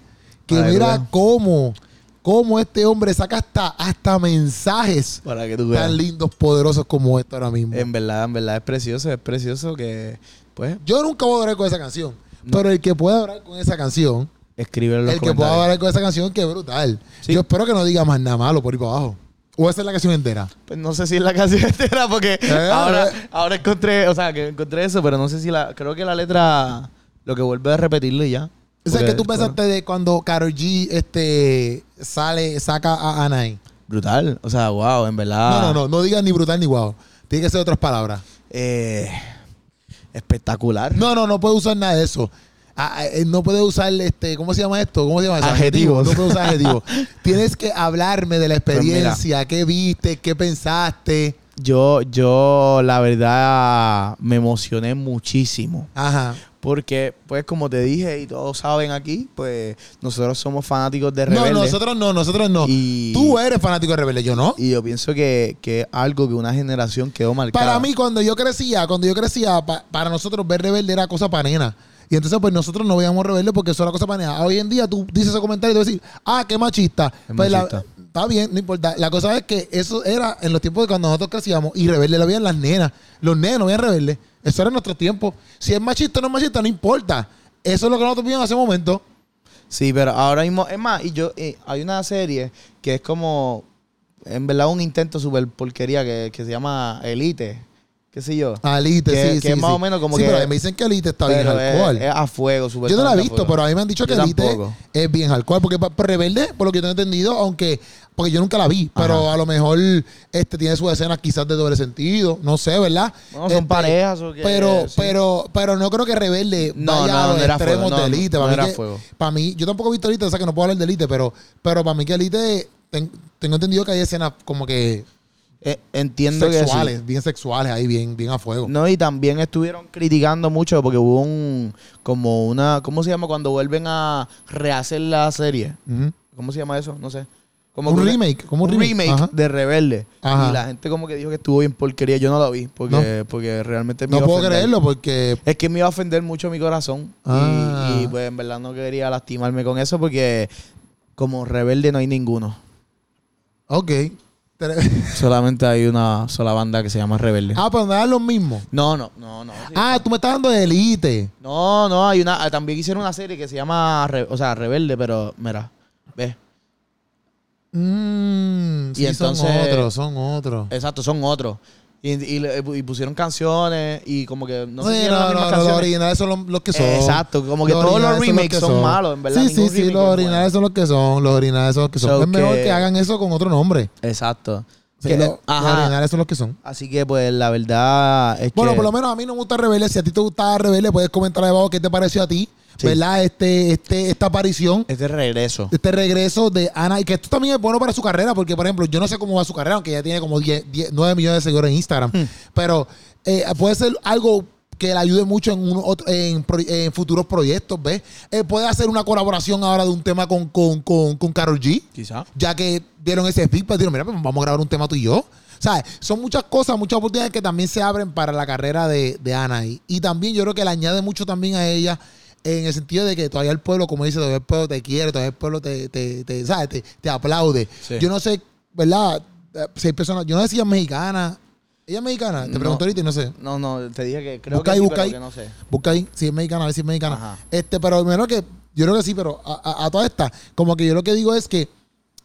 [SPEAKER 1] que
[SPEAKER 2] Ay,
[SPEAKER 1] mira
[SPEAKER 2] Rubén.
[SPEAKER 1] cómo, cómo este hombre saca hasta, hasta mensajes
[SPEAKER 2] Para que tú veas.
[SPEAKER 1] tan lindos, poderosos como este ahora mismo.
[SPEAKER 2] En verdad, en verdad es precioso, es precioso que, pues,
[SPEAKER 1] Yo nunca voy a orar con esa canción.
[SPEAKER 2] No.
[SPEAKER 1] Pero el que pueda orar con esa canción,
[SPEAKER 2] escribe en los
[SPEAKER 1] el que pueda
[SPEAKER 2] comentarios.
[SPEAKER 1] orar con esa canción, que brutal.
[SPEAKER 2] Sí.
[SPEAKER 1] Yo espero que no diga más nada malo por ahí para abajo. O esa es la canción entera.
[SPEAKER 2] Pues no sé si es la canción entera, porque
[SPEAKER 1] Eh,
[SPEAKER 2] ahora,
[SPEAKER 1] eh.
[SPEAKER 2] ahora encontré, o sea, que encontré eso, pero no sé si la, creo que la letra, lo que vuelve a repetirlo y ya.
[SPEAKER 1] O sea,
[SPEAKER 2] Porque,
[SPEAKER 1] que tú pensaste de cuando Karol G este, sale, saca a Anay.
[SPEAKER 2] bueno, brutal, o sea, wow, en verdad.
[SPEAKER 1] No, no, no, no digas ni brutal ni guau. Tiene que ser otras palabras.
[SPEAKER 2] eh, espectacular.
[SPEAKER 1] No, no, no puede usar nada de eso. Ah, ah, eh, no puede usar este, ¿cómo se llama esto? ¿Cómo se llama eso?
[SPEAKER 2] Adjetivos. Pues
[SPEAKER 1] No puede usar adjetivos. Tienes que hablarme de la experiencia, qué viste, qué pensaste.
[SPEAKER 2] Yo, yo, la verdad, me emocioné muchísimo.
[SPEAKER 1] Ajá.
[SPEAKER 2] Porque, pues, como te dije y todos saben aquí, pues, nosotros somos fanáticos de
[SPEAKER 1] No,
[SPEAKER 2] Rebelde.
[SPEAKER 1] nosotros no, nosotros no.
[SPEAKER 2] Y-
[SPEAKER 1] Tú eres fanático de Rebelde, yo no.
[SPEAKER 2] Y yo pienso que, que es algo que una generación quedó marcada.
[SPEAKER 1] Para mí, cuando yo crecía, cuando yo crecía, pa- para nosotros ver Rebelde era cosa panena. Y entonces, pues nosotros no veíamos Rebelde porque eso era cosa panena. Hoy en día tú dices ese comentario y te vas a decir, ah, qué machista.
[SPEAKER 2] Es
[SPEAKER 1] Pues la-
[SPEAKER 2] machista.
[SPEAKER 1] está bien, no importa. La cosa es que eso era en los tiempos de cuando nosotros crecíamos y Rebelde la veían las nenas. Los nenes no veían Rebelde. Eso era en nuestro tiempo. Si es machista o no es machista, no importa. Eso es lo que nosotros vimos en ese momento.
[SPEAKER 2] Sí, pero ahora mismo, es más, y yo, eh, hay una serie que es como, en verdad, un intento super porquería que, que se llama Elite, qué sé yo.
[SPEAKER 1] Alite,
[SPEAKER 2] Que-
[SPEAKER 1] sí,
[SPEAKER 2] que
[SPEAKER 1] sí.
[SPEAKER 2] es más
[SPEAKER 1] sí.
[SPEAKER 2] o menos como
[SPEAKER 1] Sí,
[SPEAKER 2] que-
[SPEAKER 1] pero me dicen que Alite Ah, está bien
[SPEAKER 2] Pero es-
[SPEAKER 1] alcohol.
[SPEAKER 2] es, a fuego, super
[SPEAKER 1] Yo no la he
[SPEAKER 2] tanto
[SPEAKER 1] visto,
[SPEAKER 2] fuego.
[SPEAKER 1] pero a mí me han dicho que
[SPEAKER 2] Yo
[SPEAKER 1] Elite
[SPEAKER 2] tampoco.
[SPEAKER 1] es bien hardcore. Porque pa- por Rebelde, por lo que yo tengo entendido, aunque. Porque yo nunca la vi, pero
[SPEAKER 2] Ajá.
[SPEAKER 1] a lo mejor este tiene sus escenas quizás de doble sentido, no sé, ¿verdad?
[SPEAKER 2] Bueno,
[SPEAKER 1] Este,
[SPEAKER 2] son parejas o que-
[SPEAKER 1] Pero,
[SPEAKER 2] sí.
[SPEAKER 1] pero, pero no creo que Rebelde
[SPEAKER 2] No,
[SPEAKER 1] vaya
[SPEAKER 2] no,
[SPEAKER 1] a los
[SPEAKER 2] no era
[SPEAKER 1] extremos
[SPEAKER 2] fuego, no,
[SPEAKER 1] de Elite.
[SPEAKER 2] no,
[SPEAKER 1] para
[SPEAKER 2] no
[SPEAKER 1] mí
[SPEAKER 2] era
[SPEAKER 1] que-
[SPEAKER 2] fuego.
[SPEAKER 1] Para mí, yo tampoco he visto Elite, o sea que no puedo hablar de Elite, pero, pero para mí que Elite, ten- tengo entendido que hay escenas como que
[SPEAKER 2] Eh, entiendo
[SPEAKER 1] sexuales,
[SPEAKER 2] que
[SPEAKER 1] bien sexuales ahí, bien, bien a fuego.
[SPEAKER 2] sí. No, y también estuvieron criticando mucho porque hubo un, como una, ¿cómo se llama? Cuando vuelven a rehacer la serie.
[SPEAKER 1] Ujú.
[SPEAKER 2] ¿Cómo se llama eso? No sé. Como
[SPEAKER 1] Un
[SPEAKER 2] que-
[SPEAKER 1] remake, como un remake, ajá.
[SPEAKER 2] de Rebelde.
[SPEAKER 1] Ajá.
[SPEAKER 2] Y la gente como que dijo que estuvo bien porquería. Yo no la vi porque, porque realmente me
[SPEAKER 1] No
[SPEAKER 2] iba a
[SPEAKER 1] puedo
[SPEAKER 2] ofender.
[SPEAKER 1] creerlo porque
[SPEAKER 2] Es que me iba a ofender mucho mi corazón. Y-
[SPEAKER 1] Ah.
[SPEAKER 2] Y, pues en verdad no quería lastimarme con eso porque como rebelde no hay ninguno.
[SPEAKER 1] Ok. Tre-
[SPEAKER 2] Solamente hay una sola banda que se llama Rebelde.
[SPEAKER 1] Ah, pero no eran los mismos.
[SPEAKER 2] No, no, no, no. sí.
[SPEAKER 1] Ah, tú me estás dando de Elite.
[SPEAKER 2] No, no, hay una. ah, También hicieron una serie que se llama Re- o sea, Rebelde, pero mira, ve.
[SPEAKER 1] Mm,
[SPEAKER 2] Y
[SPEAKER 1] sí, son
[SPEAKER 2] entonces- eh,
[SPEAKER 1] otros, son otros.
[SPEAKER 2] Exacto, son otros. Y, y le- y pusieron canciones y como que
[SPEAKER 1] No,
[SPEAKER 2] no se
[SPEAKER 1] sí,
[SPEAKER 2] hicieron las
[SPEAKER 1] no, no,
[SPEAKER 2] mismas
[SPEAKER 1] no, los
[SPEAKER 2] canciones.
[SPEAKER 1] originales son los, los que son.
[SPEAKER 2] Exacto, como que todos los
[SPEAKER 1] originales
[SPEAKER 2] remakes
[SPEAKER 1] que
[SPEAKER 2] son malos, en verdad,
[SPEAKER 1] Sí,
[SPEAKER 2] ningún
[SPEAKER 1] sí, sí,
[SPEAKER 2] remake
[SPEAKER 1] los
[SPEAKER 2] es
[SPEAKER 1] originales son los que son. Los originales son los que son.
[SPEAKER 2] So
[SPEAKER 1] es mejor
[SPEAKER 2] que-
[SPEAKER 1] que hagan eso con otro nombre.
[SPEAKER 2] Exacto.
[SPEAKER 1] Sí,
[SPEAKER 2] Que-
[SPEAKER 1] los, los
[SPEAKER 2] ajá.
[SPEAKER 1] originales son los que son.
[SPEAKER 2] Así que pues la verdad es
[SPEAKER 1] Bueno,
[SPEAKER 2] que
[SPEAKER 1] por lo menos a mí no me gusta Rebelde. Si a ti te gusta Rebelde, puedes comentar ahí abajo qué te pareció a ti.
[SPEAKER 2] Sí.
[SPEAKER 1] ¿Verdad? Este, este, esta aparición.
[SPEAKER 2] este regreso.
[SPEAKER 1] este regreso de Ana y que esto también es bueno para su carrera porque por ejemplo yo no sé cómo va su carrera aunque ya tiene como 10, 10, 9 millones de seguidores en Instagram pero eh, puede ser algo que le ayude mucho en, un otro- en, pro- en futuros proyectos ¿ves? Eh, puede hacer una colaboración ahora de un tema con, con, con, con Karol G
[SPEAKER 2] Quizá.
[SPEAKER 1] ya que dieron ese feedback, dijeron, mira, pues vamos a grabar un tema tú y yo. ¿Sabes? Son muchas cosas, muchas oportunidades que también se abren para la carrera de, de Anaí. Y también yo creo que le añade mucho también a ella en el sentido de que todavía el pueblo, como dice, todavía el pueblo te quiere, todavía el pueblo te, te, te, ¿sabes? te, te aplaude.
[SPEAKER 2] Sí.
[SPEAKER 1] Yo no sé, ¿verdad? Eh, Si hay personas, yo no sé si ella es mexicana. ¿Ella es mexicana? Te
[SPEAKER 2] No.
[SPEAKER 1] pregunto ahorita y no sé.
[SPEAKER 2] No, no, te dije que creo
[SPEAKER 1] Busca
[SPEAKER 2] que
[SPEAKER 1] ahí,
[SPEAKER 2] sí,
[SPEAKER 1] busca
[SPEAKER 2] pero
[SPEAKER 1] ahí.
[SPEAKER 2] que no sé.
[SPEAKER 1] Busca ahí si es mexicana, a ver si es mexicana.
[SPEAKER 2] Ajá.
[SPEAKER 1] Este, pero menos que, yo creo que sí, pero a, a, a toda esta, como que yo lo que digo es que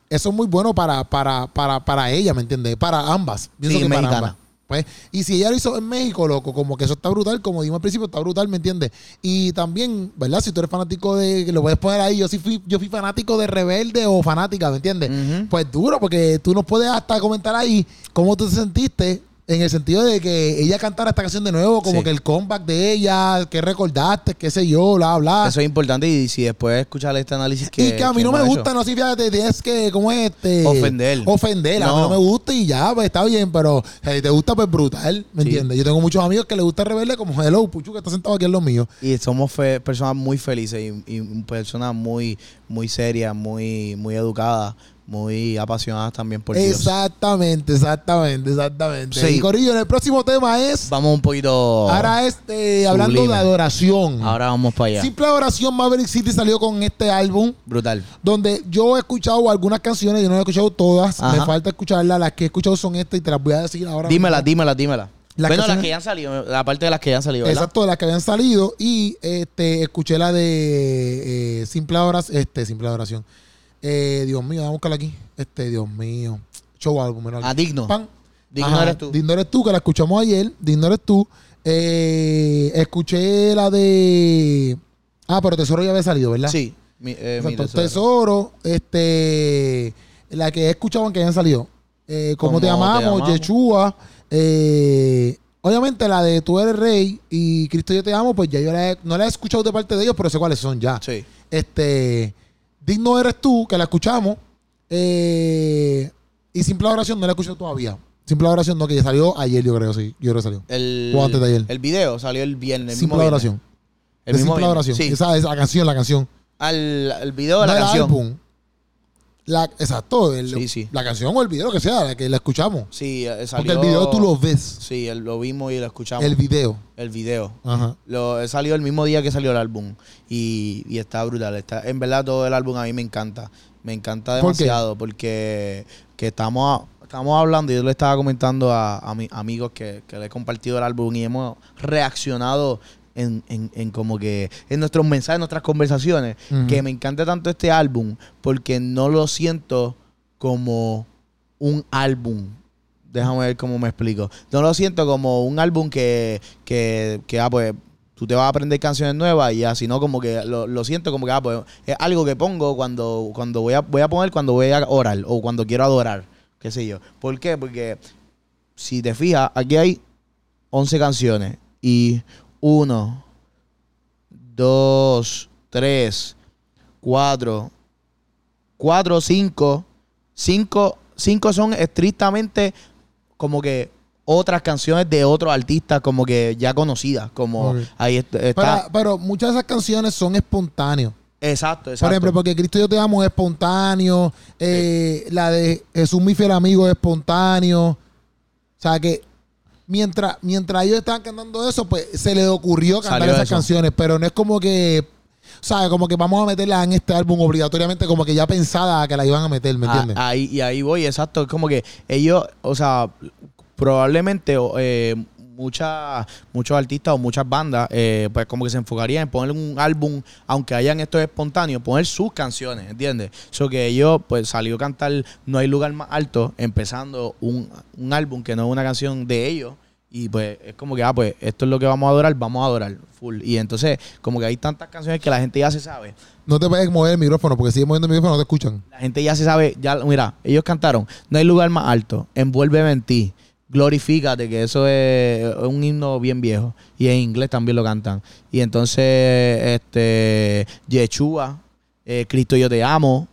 [SPEAKER 1] eso es muy bueno para, para, para, para ella, ¿me entiendes? Para ambas. Pienso
[SPEAKER 2] Sí,
[SPEAKER 1] que para
[SPEAKER 2] mexicana.
[SPEAKER 1] ambas. Pues, y si ella lo hizo en México, loco, como que eso está brutal, como digo al principio, está brutal, ¿me entiendes? Y también, ¿verdad? Si tú eres fanático de, que lo puedes poner ahí, yo sí fui, yo fui fanático de rebelde o fanática, ¿me entiendes?
[SPEAKER 2] Ujú.
[SPEAKER 1] Pues duro, porque tú nos puedes hasta comentar ahí cómo tú te sentiste en el sentido de que ella cantara esta canción de nuevo, como
[SPEAKER 2] Sí.
[SPEAKER 1] que el comeback de ella, que recordaste, qué sé yo, bla, bla.
[SPEAKER 2] Eso es importante y si después escuchar este análisis que
[SPEAKER 1] Ah. y que a mí no me
[SPEAKER 2] hemos
[SPEAKER 1] gusta, no sé, fíjate, tienes que, ¿cómo es este?
[SPEAKER 2] Ofender.
[SPEAKER 1] Ofender, a mí no
[SPEAKER 2] No.
[SPEAKER 1] me gusta y ya, pues está bien, pero si te gusta, pues brutal, ¿me
[SPEAKER 2] Sí.
[SPEAKER 1] entiendes? Yo tengo muchos amigos que les gusta Rebelde, como Hello, Puchu, que está sentado aquí en los míos.
[SPEAKER 2] hecho. y somos fe- personas muy felices y, y personas muy muy serias, muy muy educadas, muy apasionadas también por Dios.
[SPEAKER 1] Exactamente, exactamente, exactamente.
[SPEAKER 2] Sí.
[SPEAKER 1] Y Corillo, en el próximo tema es,
[SPEAKER 2] Vamos un poquito
[SPEAKER 1] ahora es eh, hablando
[SPEAKER 2] Sublime.
[SPEAKER 1] de adoración.
[SPEAKER 2] Ahora vamos para allá.
[SPEAKER 1] Simple Adoración Maverick City salió con este álbum
[SPEAKER 2] Brutal.
[SPEAKER 1] donde yo he escuchado algunas canciones, yo no he escuchado todas,
[SPEAKER 2] Ajá.
[SPEAKER 1] me falta escucharlas, las que he escuchado son estas y te las voy a decir ahora.
[SPEAKER 2] Dímela, dímela, dímela.
[SPEAKER 1] Las
[SPEAKER 2] bueno, las
[SPEAKER 1] canciones-
[SPEAKER 2] que ya han salido, la parte de las que ya han salido, ¿verdad?
[SPEAKER 1] Exacto, las que habían salido y este escuché la de eh, Simple Adoración, este Simple Adoración. Eh, Dios mío, vamos a buscarla aquí. Este, Dios mío. Show álbum, mira. aquí.
[SPEAKER 2] Ah, digno.
[SPEAKER 1] Pan.
[SPEAKER 2] Digno
[SPEAKER 1] Ajá,
[SPEAKER 2] eres tú.
[SPEAKER 1] Digno eres tú, que la escuchamos ayer. Digno eres tú. Eh, escuché la de. Ah, pero Tesoro ya había salido, ¿verdad?
[SPEAKER 2] Sí. Mi, eh, mi
[SPEAKER 1] Exacto,
[SPEAKER 2] tesoro.
[SPEAKER 1] tesoro. este, la que he escuchado aunque hayan salido. Eh, como
[SPEAKER 2] Como
[SPEAKER 1] te
[SPEAKER 2] Te
[SPEAKER 1] amamos,
[SPEAKER 2] Amamos.
[SPEAKER 1] Yeshua, eh, obviamente la de Tú eres rey y Cristo yo te amo, pues ya yo la he- no la he escuchado de parte de ellos, pero sé cuáles son ya.
[SPEAKER 2] Sí.
[SPEAKER 1] Este, Digno eres tú, que la escuchamos, eh, y Simple Oración no la he escuchado todavía. Simple Oración no, que ya salió ayer, yo creo, sí, yo creo que salió.
[SPEAKER 2] El,
[SPEAKER 1] O antes de ayer.
[SPEAKER 2] el video salió el viernes. El mismo
[SPEAKER 1] Simple
[SPEAKER 2] viernes.
[SPEAKER 1] Oración.
[SPEAKER 2] El
[SPEAKER 1] de
[SPEAKER 2] mismo
[SPEAKER 1] Simple
[SPEAKER 2] viernes.
[SPEAKER 1] Oración.
[SPEAKER 2] Sí.
[SPEAKER 1] Esa es la canción, la canción.
[SPEAKER 2] Al, al video de
[SPEAKER 1] No
[SPEAKER 2] la
[SPEAKER 1] el
[SPEAKER 2] canción.
[SPEAKER 1] álbum. La, exacto, el-
[SPEAKER 2] Sí, sí.
[SPEAKER 1] la canción o el video, lo que sea, la que la escuchamos.
[SPEAKER 2] Sí, eh,
[SPEAKER 1] Porque
[SPEAKER 2] salió.
[SPEAKER 1] el video tú lo ves.
[SPEAKER 2] Sí, el- lo vimos y lo escuchamos.
[SPEAKER 1] El
[SPEAKER 2] El,
[SPEAKER 1] video.
[SPEAKER 2] video.
[SPEAKER 1] Ajá.
[SPEAKER 2] Lo, eh, salió el mismo día que salió el álbum. Y, y está brutal. Está, en verdad, todo el álbum a mí me encanta. Me encanta
[SPEAKER 1] ¿Por qué?
[SPEAKER 2] demasiado porque que estamos, a- estamos hablando. Yo le estaba comentando a, a mis amigos que, que le he compartido el álbum y hemos reaccionado en, en- en como que en nuestros mensajes, en nuestras conversaciones.
[SPEAKER 1] Ujú.
[SPEAKER 2] Que me encanta tanto este álbum porque no lo siento como un álbum. Déjame ver cómo me explico. No lo siento como un álbum que, que, que, ah, pues, tú te vas a aprender canciones nuevas y así, no como que lo, lo siento como que, ah, pues, es algo que pongo cuando, cuando voy, a, voy a poner cuando voy a orar o cuando quiero adorar, qué sé yo. ¿Por qué? Porque si te fijas, aquí hay 11 canciones y 1, 2, 3, 4, 4, 5, 5, 5 son estrictamente como que otras canciones de otros artistas como que ya conocidas, como
[SPEAKER 1] Ok.
[SPEAKER 2] ahí est- está.
[SPEAKER 1] Pero, pero muchas de esas canciones son espontáneas.
[SPEAKER 2] Exacto, exacto.
[SPEAKER 1] Por ejemplo, porque Cristo yo te amo es espontáneo. eh, La de Jesús, mi fiel amigo, es espontáneo. O sea que mientras, mientras ellos estaban cantando eso, pues se les ocurrió cantar
[SPEAKER 2] Salió
[SPEAKER 1] esas
[SPEAKER 2] eso.
[SPEAKER 1] canciones. Pero no es como que, ¿sabes? Como que vamos a meterlas en este álbum obligatoriamente, como que ya pensada que la iban a meter, ¿me
[SPEAKER 2] Ah,
[SPEAKER 1] entiendes?
[SPEAKER 2] ahí, y ahí voy, exacto. Es como que ellos, o sea, probablemente o, eh, mucha- muchos artistas o muchas bandas, eh, pues como que se enfocarían en poner un álbum, aunque hayan estos espontáneos, poner sus canciones, ¿entiendes? Eso que ellos, pues salió a cantar No hay lugar más alto, empezando un, un álbum que no es una canción de ellos. Y pues es como que, ah, pues esto es lo que vamos a adorar, vamos a adorar, full. Y entonces, como que hay tantas canciones que la gente ya se sabe.
[SPEAKER 1] No te puedes mover el micrófono, porque sigues moviendo el micrófono, no te escuchan.
[SPEAKER 2] La gente ya se sabe, ya, mira, ellos cantaron, no hay lugar más alto, envuélveme en ti, glorifícate, que eso es un himno bien viejo, y en inglés también lo cantan. Y entonces, este, Yeshua, eh, Cristo yo te amo,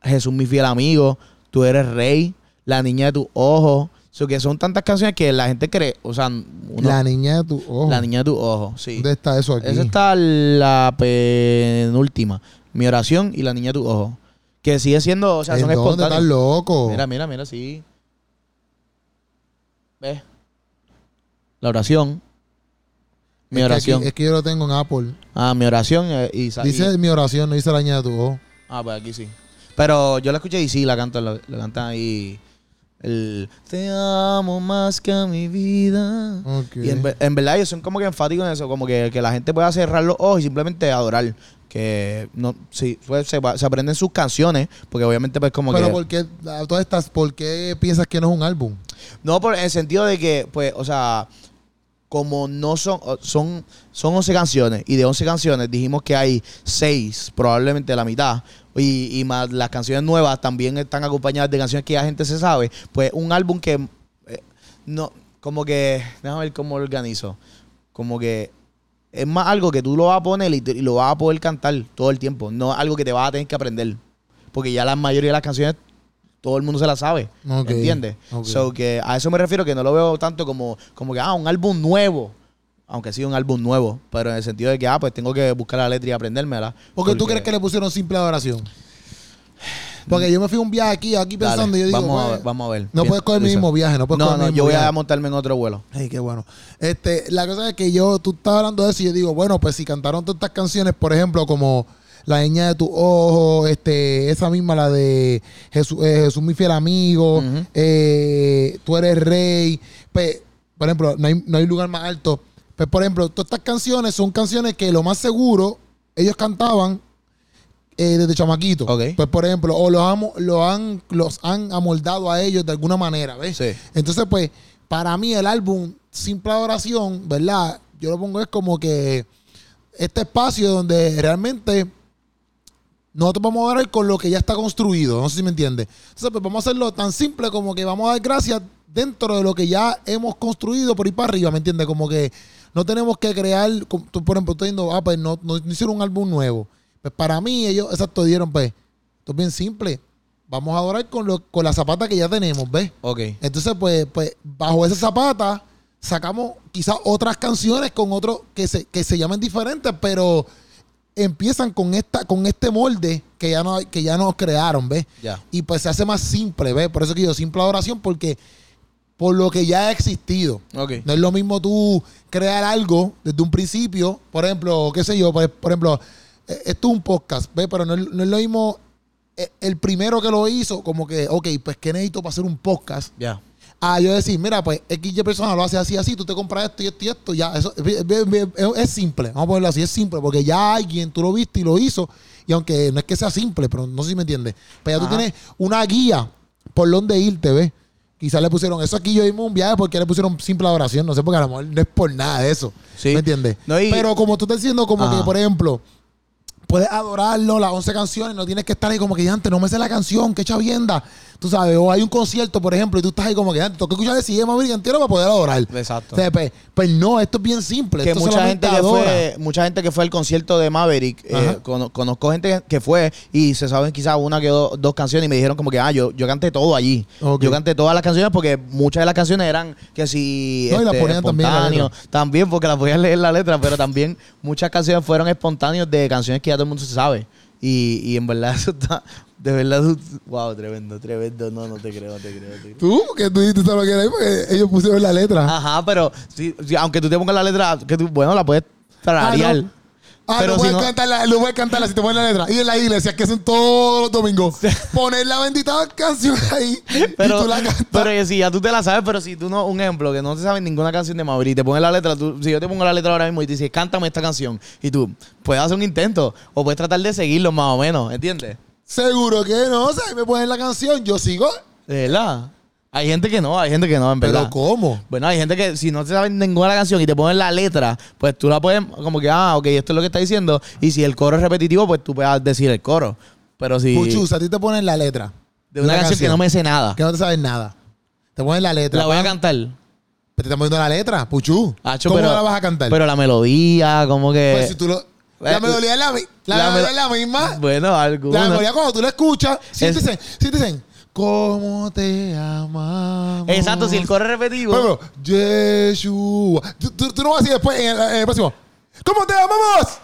[SPEAKER 2] Jesús mi fiel amigo, tú eres rey, la niña de tus ojos, eso que son tantas canciones que la gente cree, o sea, uno-
[SPEAKER 1] La niña de tu ojo.
[SPEAKER 2] la niña de tus ojos, sí.
[SPEAKER 1] ¿Dónde está eso aquí?
[SPEAKER 2] Esa está la penúltima. Mi oración y la niña de tus ojos. Que sigue siendo, o sea, son
[SPEAKER 1] ¿En dónde estás
[SPEAKER 2] espontáneos.
[SPEAKER 1] loco?
[SPEAKER 2] Mira, mira, mira, sí. ¿Ves? La oración.
[SPEAKER 1] Es
[SPEAKER 2] Mi
[SPEAKER 1] que
[SPEAKER 2] oración.
[SPEAKER 1] aquí- es que yo lo tengo en Apple.
[SPEAKER 2] Ah, mi oración eh, y, sa- y-
[SPEAKER 1] Dice mi oración, no dice la niña de tu ojo.
[SPEAKER 2] Ah, pues aquí sí. Pero yo la escuché y sí, la cantan, la, la cantan ahí. El te amo más que a mi vida.
[SPEAKER 1] Ok.
[SPEAKER 2] Y en, ve- en verdad ellos son como que enfáticos en eso, como que, que la gente pueda cerrar los ojos y simplemente adorar. Que no, sí, pues, se, va- se aprenden sus canciones, porque obviamente pues como
[SPEAKER 1] Pero
[SPEAKER 2] que...
[SPEAKER 1] ¿por qué a todas estas, por qué piensas que no es un álbum?
[SPEAKER 2] No, por el sentido de que, pues, o sea, como no son, o- son, son 11 canciones, y de 11 canciones dijimos que hay 6, probablemente la mitad, y, y más las canciones nuevas también están acompañadas de canciones que ya gente se sabe, pues un álbum que, eh, no, como que, déjame ver cómo lo organizo, como que es más algo que tú lo vas a poner y, te- y lo vas a poder cantar todo el tiempo, no algo que te vas a tener que aprender, porque ya la mayoría de las canciones todo el mundo se las sabe,
[SPEAKER 1] Ok,
[SPEAKER 2] ¿entiendes?
[SPEAKER 1] ok.
[SPEAKER 2] So, que a eso me refiero que no lo veo tanto como, como que, ah, un álbum nuevo. Aunque sí, un álbum nuevo, pero en el sentido de que, ah, pues tengo que buscar la letra y aprendérmela.
[SPEAKER 1] Porque, tú crees que le pusieron simple adoración. Porque yo me fui a un viaje aquí, aquí
[SPEAKER 2] Dale,
[SPEAKER 1] pensando, y yo digo,
[SPEAKER 2] vamos, a
[SPEAKER 1] "Bueno,
[SPEAKER 2] ver, vamos a ver.
[SPEAKER 1] no puedes coger el
[SPEAKER 2] Piensa.
[SPEAKER 1] mismo viaje, no puedes
[SPEAKER 2] No,
[SPEAKER 1] coger el
[SPEAKER 2] no,
[SPEAKER 1] mismo
[SPEAKER 2] yo voy
[SPEAKER 1] viaje.
[SPEAKER 2] a montarme en otro vuelo.
[SPEAKER 1] Ey, qué bueno. Este, la cosa es que yo, tú estás hablando de eso y yo digo, bueno, pues si cantaron tantas canciones, por ejemplo, como La niña de tu ojo, este, esa misma, la de Jesús, eh, Jesús mi fiel amigo,
[SPEAKER 2] Ujú.
[SPEAKER 1] eh, Tú eres rey, pues, por ejemplo, no hay, no hay lugar más alto. Pues, por ejemplo, todas estas canciones son canciones que lo más seguro ellos cantaban eh, desde chamaquito.
[SPEAKER 2] Ok.
[SPEAKER 1] Pues, por ejemplo, o los, amo- lo han, los han amoldado a ellos de alguna manera, ¿ves?
[SPEAKER 2] Sí.
[SPEAKER 1] Entonces, pues, para mí el álbum Simple Adoración, ¿verdad? Yo lo pongo es como que este espacio donde realmente nosotros vamos a adorar con lo que ya está construido. No sé si me entiendes. Entonces, pues vamos a hacerlo tan simple como que vamos a dar gracias dentro de lo que ya hemos construido por ir para arriba, ¿me entiendes? Como que no tenemos que crear, como tú, por ejemplo, estoy diciendo, ah, pues no, no- no hicieron un álbum nuevo. Pues para mí ellos, exacto, dieron, pues, esto es bien simple. Vamos a adorar con, lo, con la zapata que ya tenemos, ¿ves?
[SPEAKER 2] Ok.
[SPEAKER 1] Entonces, pues, pues bajo esa zapata sacamos quizás otras canciones con otros que se, que se llamen diferentes, pero empiezan con esta con este molde que ya no que ya nos crearon, ¿ves?
[SPEAKER 2] Ya.
[SPEAKER 1] Y pues se hace más simple, ¿ves? Por eso que yo simple adoración porque por lo que ya ha existido.
[SPEAKER 2] Ok.
[SPEAKER 1] No es lo mismo tú crear algo desde un principio, por ejemplo, qué sé yo, por, por ejemplo, eh, esto es un podcast, ¿ves? Pero no es, no es lo mismo eh, el primero que lo hizo, como que, ok, pues ¿qué necesito para hacer un podcast?
[SPEAKER 2] Ya.
[SPEAKER 1] a yo decir, mira, pues XY persona lo hace así, así, tú te compras esto y esto y esto, ya, eso es, es- es simple, vamos a ponerlo así, es simple, porque ya alguien tú lo viste y lo hizo, y aunque no es que sea simple, pero no sé si me entiendes, pero ya
[SPEAKER 2] Ajá.
[SPEAKER 1] tú tienes una guía por donde irte, ¿ves? Quizás le pusieron eso aquí, yo mismo un viaje porque le pusieron simple oración, no sé, porque a lo mejor no es por nada de eso,
[SPEAKER 2] Sí.
[SPEAKER 1] ¿me entiendes?
[SPEAKER 2] No, y-
[SPEAKER 1] Pero como tú estás diciendo, como
[SPEAKER 2] Ajá.
[SPEAKER 1] que, por ejemplo, puedes adorarlo, las 11 canciones, no tienes que estar ahí como que ya antes no me sé la canción, qué chavienda. Tú sabes, o hay un concierto, por ejemplo, y tú estás ahí como que antes, tengo que escuchar el CM Virgen entero para poder adorar.
[SPEAKER 2] Exacto.
[SPEAKER 1] O sea, pues, pues no, esto es bien simple.
[SPEAKER 2] que
[SPEAKER 1] esto
[SPEAKER 2] mucha
[SPEAKER 1] solamente
[SPEAKER 2] gente que
[SPEAKER 1] adora.
[SPEAKER 2] fue, mucha gente que fue al concierto de Maverick, eh,
[SPEAKER 1] Ajá.
[SPEAKER 2] cono- conozco gente que- que fue y se saben quizás una que do- dos canciones y me dijeron como que, ah, yo, yo canté todo allí.
[SPEAKER 1] Ok.
[SPEAKER 2] Yo canté todas las canciones porque muchas de las canciones eran que si... este,
[SPEAKER 1] No, y las ponían también en la
[SPEAKER 2] espontáneos. También porque las podías leer la letra, pero también muchas canciones fueron espontáneas de canciones que ya todo el mundo se sabe. Y, y en verdad eso está... De verdad, wow, tremendo, tremendo. No, no te creo, no te creo, no te creo.
[SPEAKER 1] Tú, que tú dijiste solo que era ahí porque ellos pusieron la letra.
[SPEAKER 2] Ajá, pero si, si- aunque tú te pongas la letra, que tú, bueno, la puedes tararear.
[SPEAKER 1] no. Ah,
[SPEAKER 2] Pero
[SPEAKER 1] no
[SPEAKER 2] si
[SPEAKER 1] puedes
[SPEAKER 2] no-
[SPEAKER 1] cantarla, no puedes cantarla si te pones la letra. Y en la iglesia, que son todos los domingos. Poner la bendita canción ahí y
[SPEAKER 2] Pero,
[SPEAKER 1] tú la cantas.
[SPEAKER 2] pero si ya tú te la sabes, pero si tú no, un ejemplo, que no te sabes ninguna canción de Maverick, te pones la letra, tú- si yo te pongo la letra ahora mismo y te dices, cántame esta canción, y tú puedes hacer un intento o puedes tratar de seguirlo más o menos, ¿entiendes?
[SPEAKER 1] Seguro que no, o sea, ahí me ponen la canción, yo sigo.
[SPEAKER 2] De verdad. Hay gente que no, hay gente que no, en verdad.
[SPEAKER 1] Pero ¿cómo?
[SPEAKER 2] Bueno, hay gente que si no te sabes ninguna canción y te ponen la letra, pues tú la puedes, como que, ah, ok, esto es lo que está diciendo, y si el coro es repetitivo, pues tú puedes decir el coro. Pero si.
[SPEAKER 1] Puchus, a ti te ponen la letra.
[SPEAKER 2] De una, canción, que no me sé nada.
[SPEAKER 1] Que no te sabes nada. Te ponen la letra.
[SPEAKER 2] La voy a cantar.
[SPEAKER 1] Te están poniendo la letra, Puchu.
[SPEAKER 2] Hacho,
[SPEAKER 1] ¿Cómo
[SPEAKER 2] pero-
[SPEAKER 1] la vas a cantar?
[SPEAKER 2] Pero la melodía, como que.
[SPEAKER 1] Pues si tú lo- La
[SPEAKER 2] eh,
[SPEAKER 1] melodía es la, mi- la
[SPEAKER 2] la
[SPEAKER 1] melodía
[SPEAKER 2] melo-
[SPEAKER 1] es la misma.
[SPEAKER 2] Bueno, alguna.
[SPEAKER 1] La melodía cuando tú la escuchas, sí
[SPEAKER 2] Es-
[SPEAKER 1] dicen, sí dicen, ¿cómo te amamos?
[SPEAKER 2] Exacto, si el coro es repetitivo.
[SPEAKER 1] Pero, Yeshua. Tú, tú- tú no vas a decir después en el, en el próximo, ¿cómo te amamos?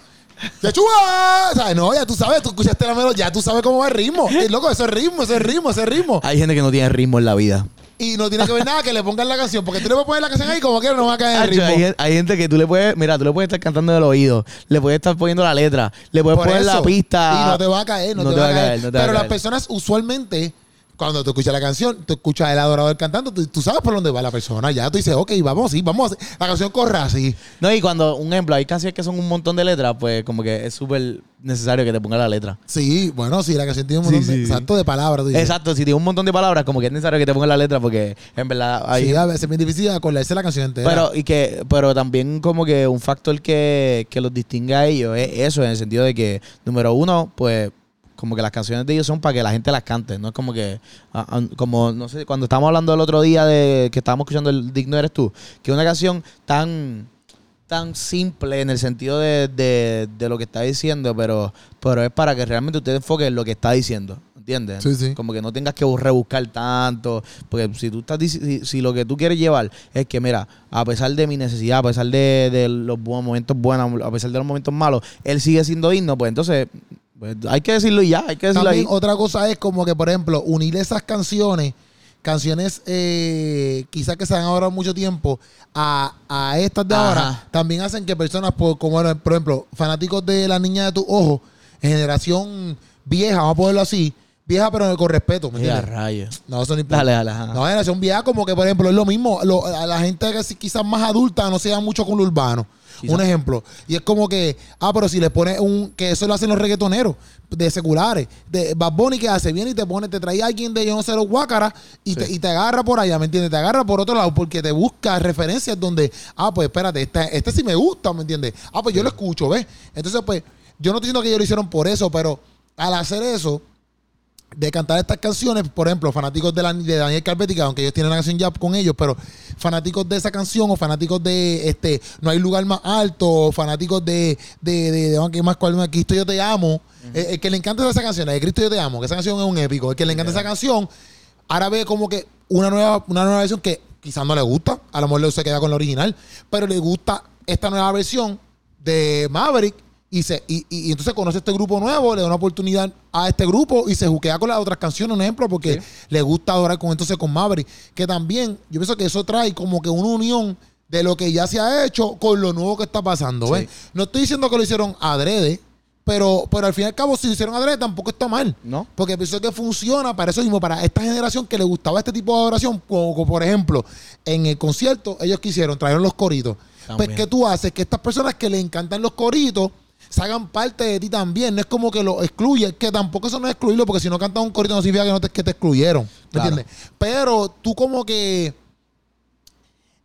[SPEAKER 1] Yeshua. O sea, no, ya tú sabes, tú escuchaste la melodía, ya tú sabes cómo va el ritmo. Es loco, ese ritmo, ese ritmo, ese ritmo.
[SPEAKER 2] hay gente que no tiene ritmo en la vida.
[SPEAKER 1] Y no tiene que ver nada que le pongan la canción, porque tú le puedes poner la canción ahí como quieras, no va a caer en el
[SPEAKER 2] Hacho, hay,
[SPEAKER 1] ritmo.
[SPEAKER 2] gen- hay gente que tú le puedes, mira, tú le puedes estar cantando del oído, le puedes estar poniendo la letra, le puedes
[SPEAKER 1] Por
[SPEAKER 2] poner la
[SPEAKER 1] eso.
[SPEAKER 2] pista.
[SPEAKER 1] Y no te va a caer, no, te, va, a caer.
[SPEAKER 2] no te va a
[SPEAKER 1] Pero las
[SPEAKER 2] caer.
[SPEAKER 1] personas usualamente, cuando tú escuchas la canción, tú escuchas el adorador cantando, tú, tú sabes por dónde va la persona. Ya tú dices, ok, vamos así, vamos así. La canción corre así.
[SPEAKER 2] No, y cuando, un ejemplo, hay canciones que son un montón de letras, pues como que es súper necesario que te ponga la letra.
[SPEAKER 1] Sí, bueno, sí, la canción tiene un montón
[SPEAKER 2] Sí,
[SPEAKER 1] de,
[SPEAKER 2] sí, sí.
[SPEAKER 1] exacto, de palabras. tú dices.
[SPEAKER 2] Exacto, si tiene un montón de palabras, como que es necesario que te ponga la letra, porque en verdad hay,
[SPEAKER 1] Sí, a veces es bien difícil acordarse la canción entera.
[SPEAKER 2] Pero, y que, pero también como que un factor que, que los distingue a ellos es eso, en el sentido de que, número uno, pues como que las canciones de ellos son para que la gente las cante, no es como que, ah, ah, como, no sé, cuando estábamos hablando el otro día de que estábamos escuchando el Digno Eres Tú, que es una canción tan tan simple en el sentido de, de- de lo que está diciendo, pero, pero es para que realmente usted enfoque en lo que está diciendo. ¿Entiendes?
[SPEAKER 1] Sí, sí.
[SPEAKER 2] Como que no tengas que rebuscar tanto. Porque si tú estás dici- si, si lo que tú quieres llevar es que, mira, a pesar de mi necesidad, a pesar de, de los buenos momentos buenos, a pesar de los momentos malos, él sigue siendo digno, pues entonces pues, hay que decirlo y ya, hay que decirlo
[SPEAKER 1] También
[SPEAKER 2] ahí.
[SPEAKER 1] otra cosa es como que, por ejemplo, unir esas canciones, canciones eh, quizás que se han ahorrado mucho tiempo, a, a estas de
[SPEAKER 2] Ajá.
[SPEAKER 1] ahora, también hacen que personas, por, como era, por ejemplo, fanáticos de La Niña de tus Ojos, generación vieja, vamos a ponerlo así, vieja pero con respeto, ¿me
[SPEAKER 2] Ya,
[SPEAKER 1] entiendes?
[SPEAKER 2] rayos.
[SPEAKER 1] No, eso no importa.
[SPEAKER 2] Dale, dale, ajá.
[SPEAKER 1] No, generación vieja, como que por ejemplo, es lo mismo. lo- a la gente que sí- quizás más adulta no se da mucho con lo urbano.
[SPEAKER 2] Quizás.
[SPEAKER 1] Un ejemplo. Y es como que, ah, pero si le pones un. Que eso lo hacen los reggaetoneros de seculares. De Bad Bunny que hace bien y te pone, te trae a alguien de yo no sé los guácaras y, te, y te agarra por allá, ¿me entiendes? Te agarra por otro lado porque te busca referencias donde, ah, pues espérate, esta- este sí me gusta, ¿me entiendes? Ah, pues yo lo escucho, ¿ves? Entonces, pues, yo no estoy diciendo que ellos lo hicieron por eso, pero al hacer eso de cantar estas canciones, por ejemplo, fanáticos de, la- de Daniel Carpetica, aunque ellos tienen la canción ya con ellos, pero fanáticos de esa canción o fanáticos de este No hay lugar más alto, o fanáticos de de, de, de- ¿qué más cuál más? Cristo yo te amo, el, el que le encanta esa canción, la de Cristo yo te amo, que esa canción es un épico, el que le encanta esa canción, ahora ve como que una nueva una nueva versión que quizás no le gusta, a lo mejor le- se queda con la original, pero le gusta esta nueva versión de Maverick y, se, y, y- y entonces conoce este grupo nuevo, le da una oportunidad a este grupo y se juquea con las otras canciones, un ejemplo, porque le gusta adorar con entonces con Maverick, que también yo pienso que eso trae como que una unión de lo que ya se ha hecho con lo nuevo que está pasando. ¿ves? No estoy diciendo que lo hicieron adrede, pero, pero al fin y al cabo, si lo hicieron adrede, tampoco está mal.
[SPEAKER 2] ¿No?
[SPEAKER 1] Porque pienso que funciona para eso mismo, para esta generación que le gustaba este tipo de adoración. Como, como por ejemplo, en el concierto, ellos quisieron traer los coritos.
[SPEAKER 2] También.
[SPEAKER 1] Pues, ¿qué tú haces? Que estas personas que les encantan los coritos se hagan parte de ti también. No es como que lo excluyes, que tampoco eso no es excluirlo, porque si no cantas un corito no significa que, no te, que te excluyeron. ¿Me
[SPEAKER 2] Claro.
[SPEAKER 1] entiendes? Pero tú como que